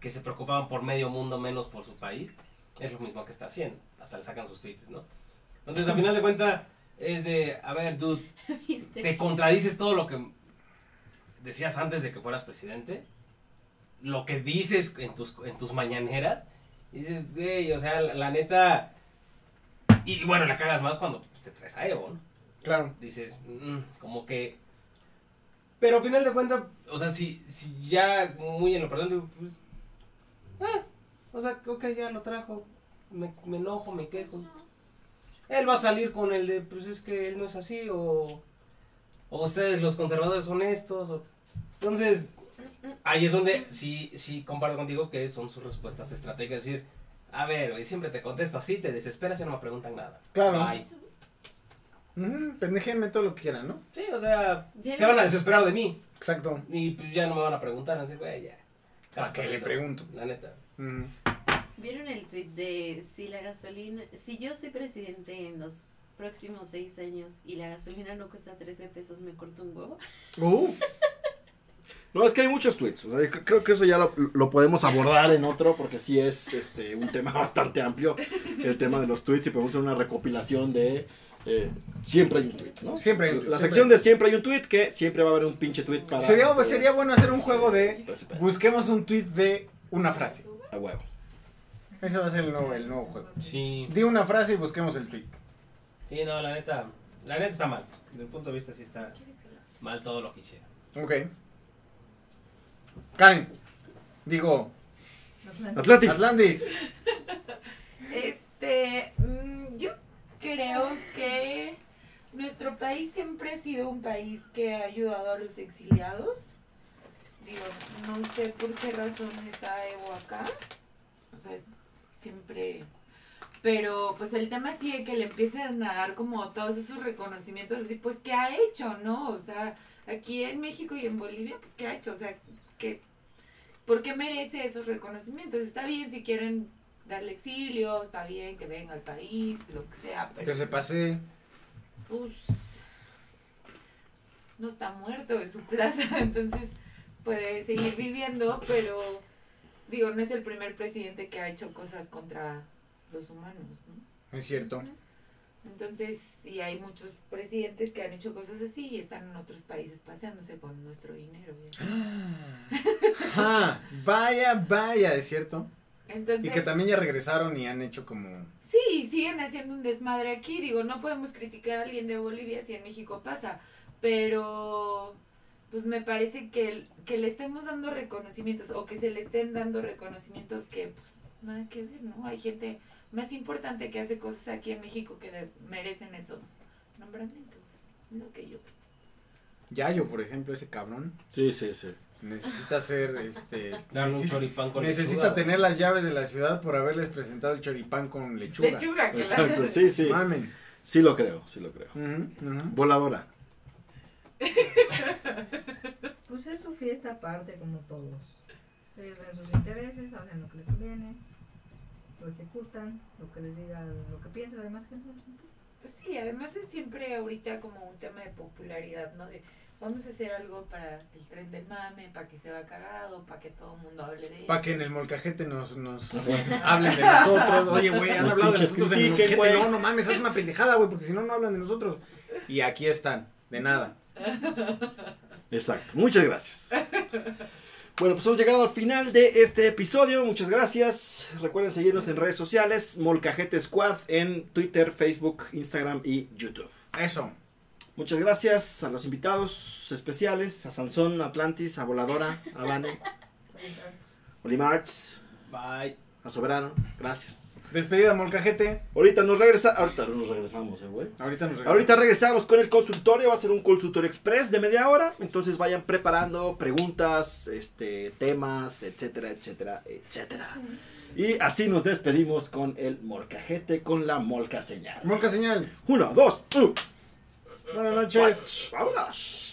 que se preocupaban por medio mundo menos por su país, es lo mismo que está haciendo, hasta le sacan sus tweets, ¿no? Entonces, al final de cuenta es de, a ver, dude, ¿Viste? te contradices todo lo que decías antes de que fueras presidente, lo que dices en tus, en tus mañaneras, y dices, güey, o sea, la, la neta. Y bueno, la cagas más cuando pues, te traes a Evo, ¿no? Claro. Dices, "Mm, como que. Pero al final de cuentas, o sea, si, si ya muy en lo personal, digo, pues. ah, o sea, ok, ya lo trajo. Me, me enojo, me quejo. Él va a salir con el de, pues es que él no es así, o. O ustedes, los conservadores, son estos. o- Entonces, ahí es donde sí, sí comparto contigo que son sus respuestas estratégicas. Es decir, a ver, güey, siempre te contesto así, te desesperas y no me preguntan nada. Claro. Bye. Ujú, Mm, Pendejenme todo lo que quieran, ¿no? Sí, o sea, Vieron- se van a desesperar de mí. Exacto. Y pues ya no me van a preguntar, así, güey, ya. ¿Para qué le pregunto? La neta. Ujú. ¿Vieron el tweet de si la gasolina, si yo soy presidente en los próximos seis años y la gasolina no cuesta 13 pesos, me corto un huevo? Uh, No, es que hay muchos tweets. o sea, cre- creo que eso ya lo, lo podemos abordar en otro porque sí es este, un tema *laughs* bastante amplio, el tema de los tweets y podemos hacer una recopilación de... eh, siempre hay un tweet, ¿no? Siempre hay un tweet, La siempre sección hay. de siempre hay un tweet que siempre va a haber un pinche tweet para... sería, sería bueno hacer un juego de Ah, Pues, pues, busquemos un tweet de una frase. A huevo. Ese va a ser el nuevo, el nuevo juego. Sí. Di una frase y busquemos el tweet. Sí, no, la neta. La neta está mal. Desde mi punto de vista, sí está mal todo lo que hicieron. Ok. Karen. Digo, Atlantis. Atlantis. Este, mm, yo creo que nuestro país siempre ha sido un país que ha ayudado a los exiliados. Digo, no sé por qué razón está Evo acá. O sea, es- siempre... Pero pues el tema sí es que le empiecen a dar como todos esos reconocimientos, así pues ¿qué ha hecho, no? O sea, aquí en México y en Bolivia, pues ¿qué ha hecho? O sea, ¿qué, ¿por qué merece esos reconocimientos? Está bien si quieren darle exilio, está bien que venga al país, lo que sea, pero Que se pase. pues no está muerto en su plaza, *laughs* entonces puede seguir viviendo, pero digo, no es el primer presidente que ha hecho cosas contra los humanos, ¿no? Es cierto. Entonces, sí hay muchos presidentes que han hecho cosas así y están en otros países paseándose con nuestro dinero. ¿no? Ajá, vaya, vaya, es cierto. Entonces, Y que también ya regresaron y han hecho como. Sí, siguen haciendo un desmadre aquí. Digo, no podemos criticar a alguien de Bolivia si en México pasa. Pero, pues me parece que, el- que le estemos dando reconocimientos o que se le estén dando reconocimientos que, pues, nada que ver, ¿no? Hay gente más importante que hace cosas aquí en México que de- merecen esos nombramientos. Lo que yo creo. Yayo, por ejemplo, ese cabrón. Sí, sí, sí. Necesita ser *laughs* este. Darle un necesi- choripán con necesita lechuga, tener las llaves de la ciudad por haberles presentado el choripán con lechuga. Lechuga, claro. Exacto, sí, sí. Mamen. Sí lo creo, sí lo creo. Ujú, ujú. Voladora. Pues es su fiesta aparte, como todos. Ellos ven sus intereses, hacen lo que les conviene, lo ejecutan, lo que les diga, lo que piensa, la demás gente no les importa. Sí, además es siempre ahorita como un tema de popularidad, ¿no? De vamos a hacer algo para el tren del mame, para que se vea cagado, para que todo el mundo hable de él. Pa' que en el molcajete nos, nos *laughs* hablen de nosotros. Oye, güey, han Nos hablado de pinches nosotros en el molcajete. critiquen, güey. No, no mames, haz una pendejada, güey, porque si no, no hablan de nosotros. Y aquí están, de nada. Exacto. Muchas gracias. *laughs* Bueno, pues hemos llegado al final de este episodio. Muchas gracias. Recuerden seguirnos en redes sociales, Molcajete Squad, en Twitter, Facebook, Instagram y YouTube. Eso. Muchas gracias a los invitados especiales, a Sansón, a Atlantis, a Voladora, a Vane, Olimarts, Bye. a Soberano. Gracias. Despedida, molcajete. Ahorita nos regresa, ahorita nos regresamos, eh, güey. Ahorita nos regresamos. Ahorita regresamos con el consultorio, va a ser un consultorio express de media hora, entonces vayan preparando preguntas, este, temas, etcétera, etcétera, etcétera. Y así nos despedimos con el molcajete, con la molca señal. Molca señal. Uno, dos, uno. Buenas noches. Vámonos.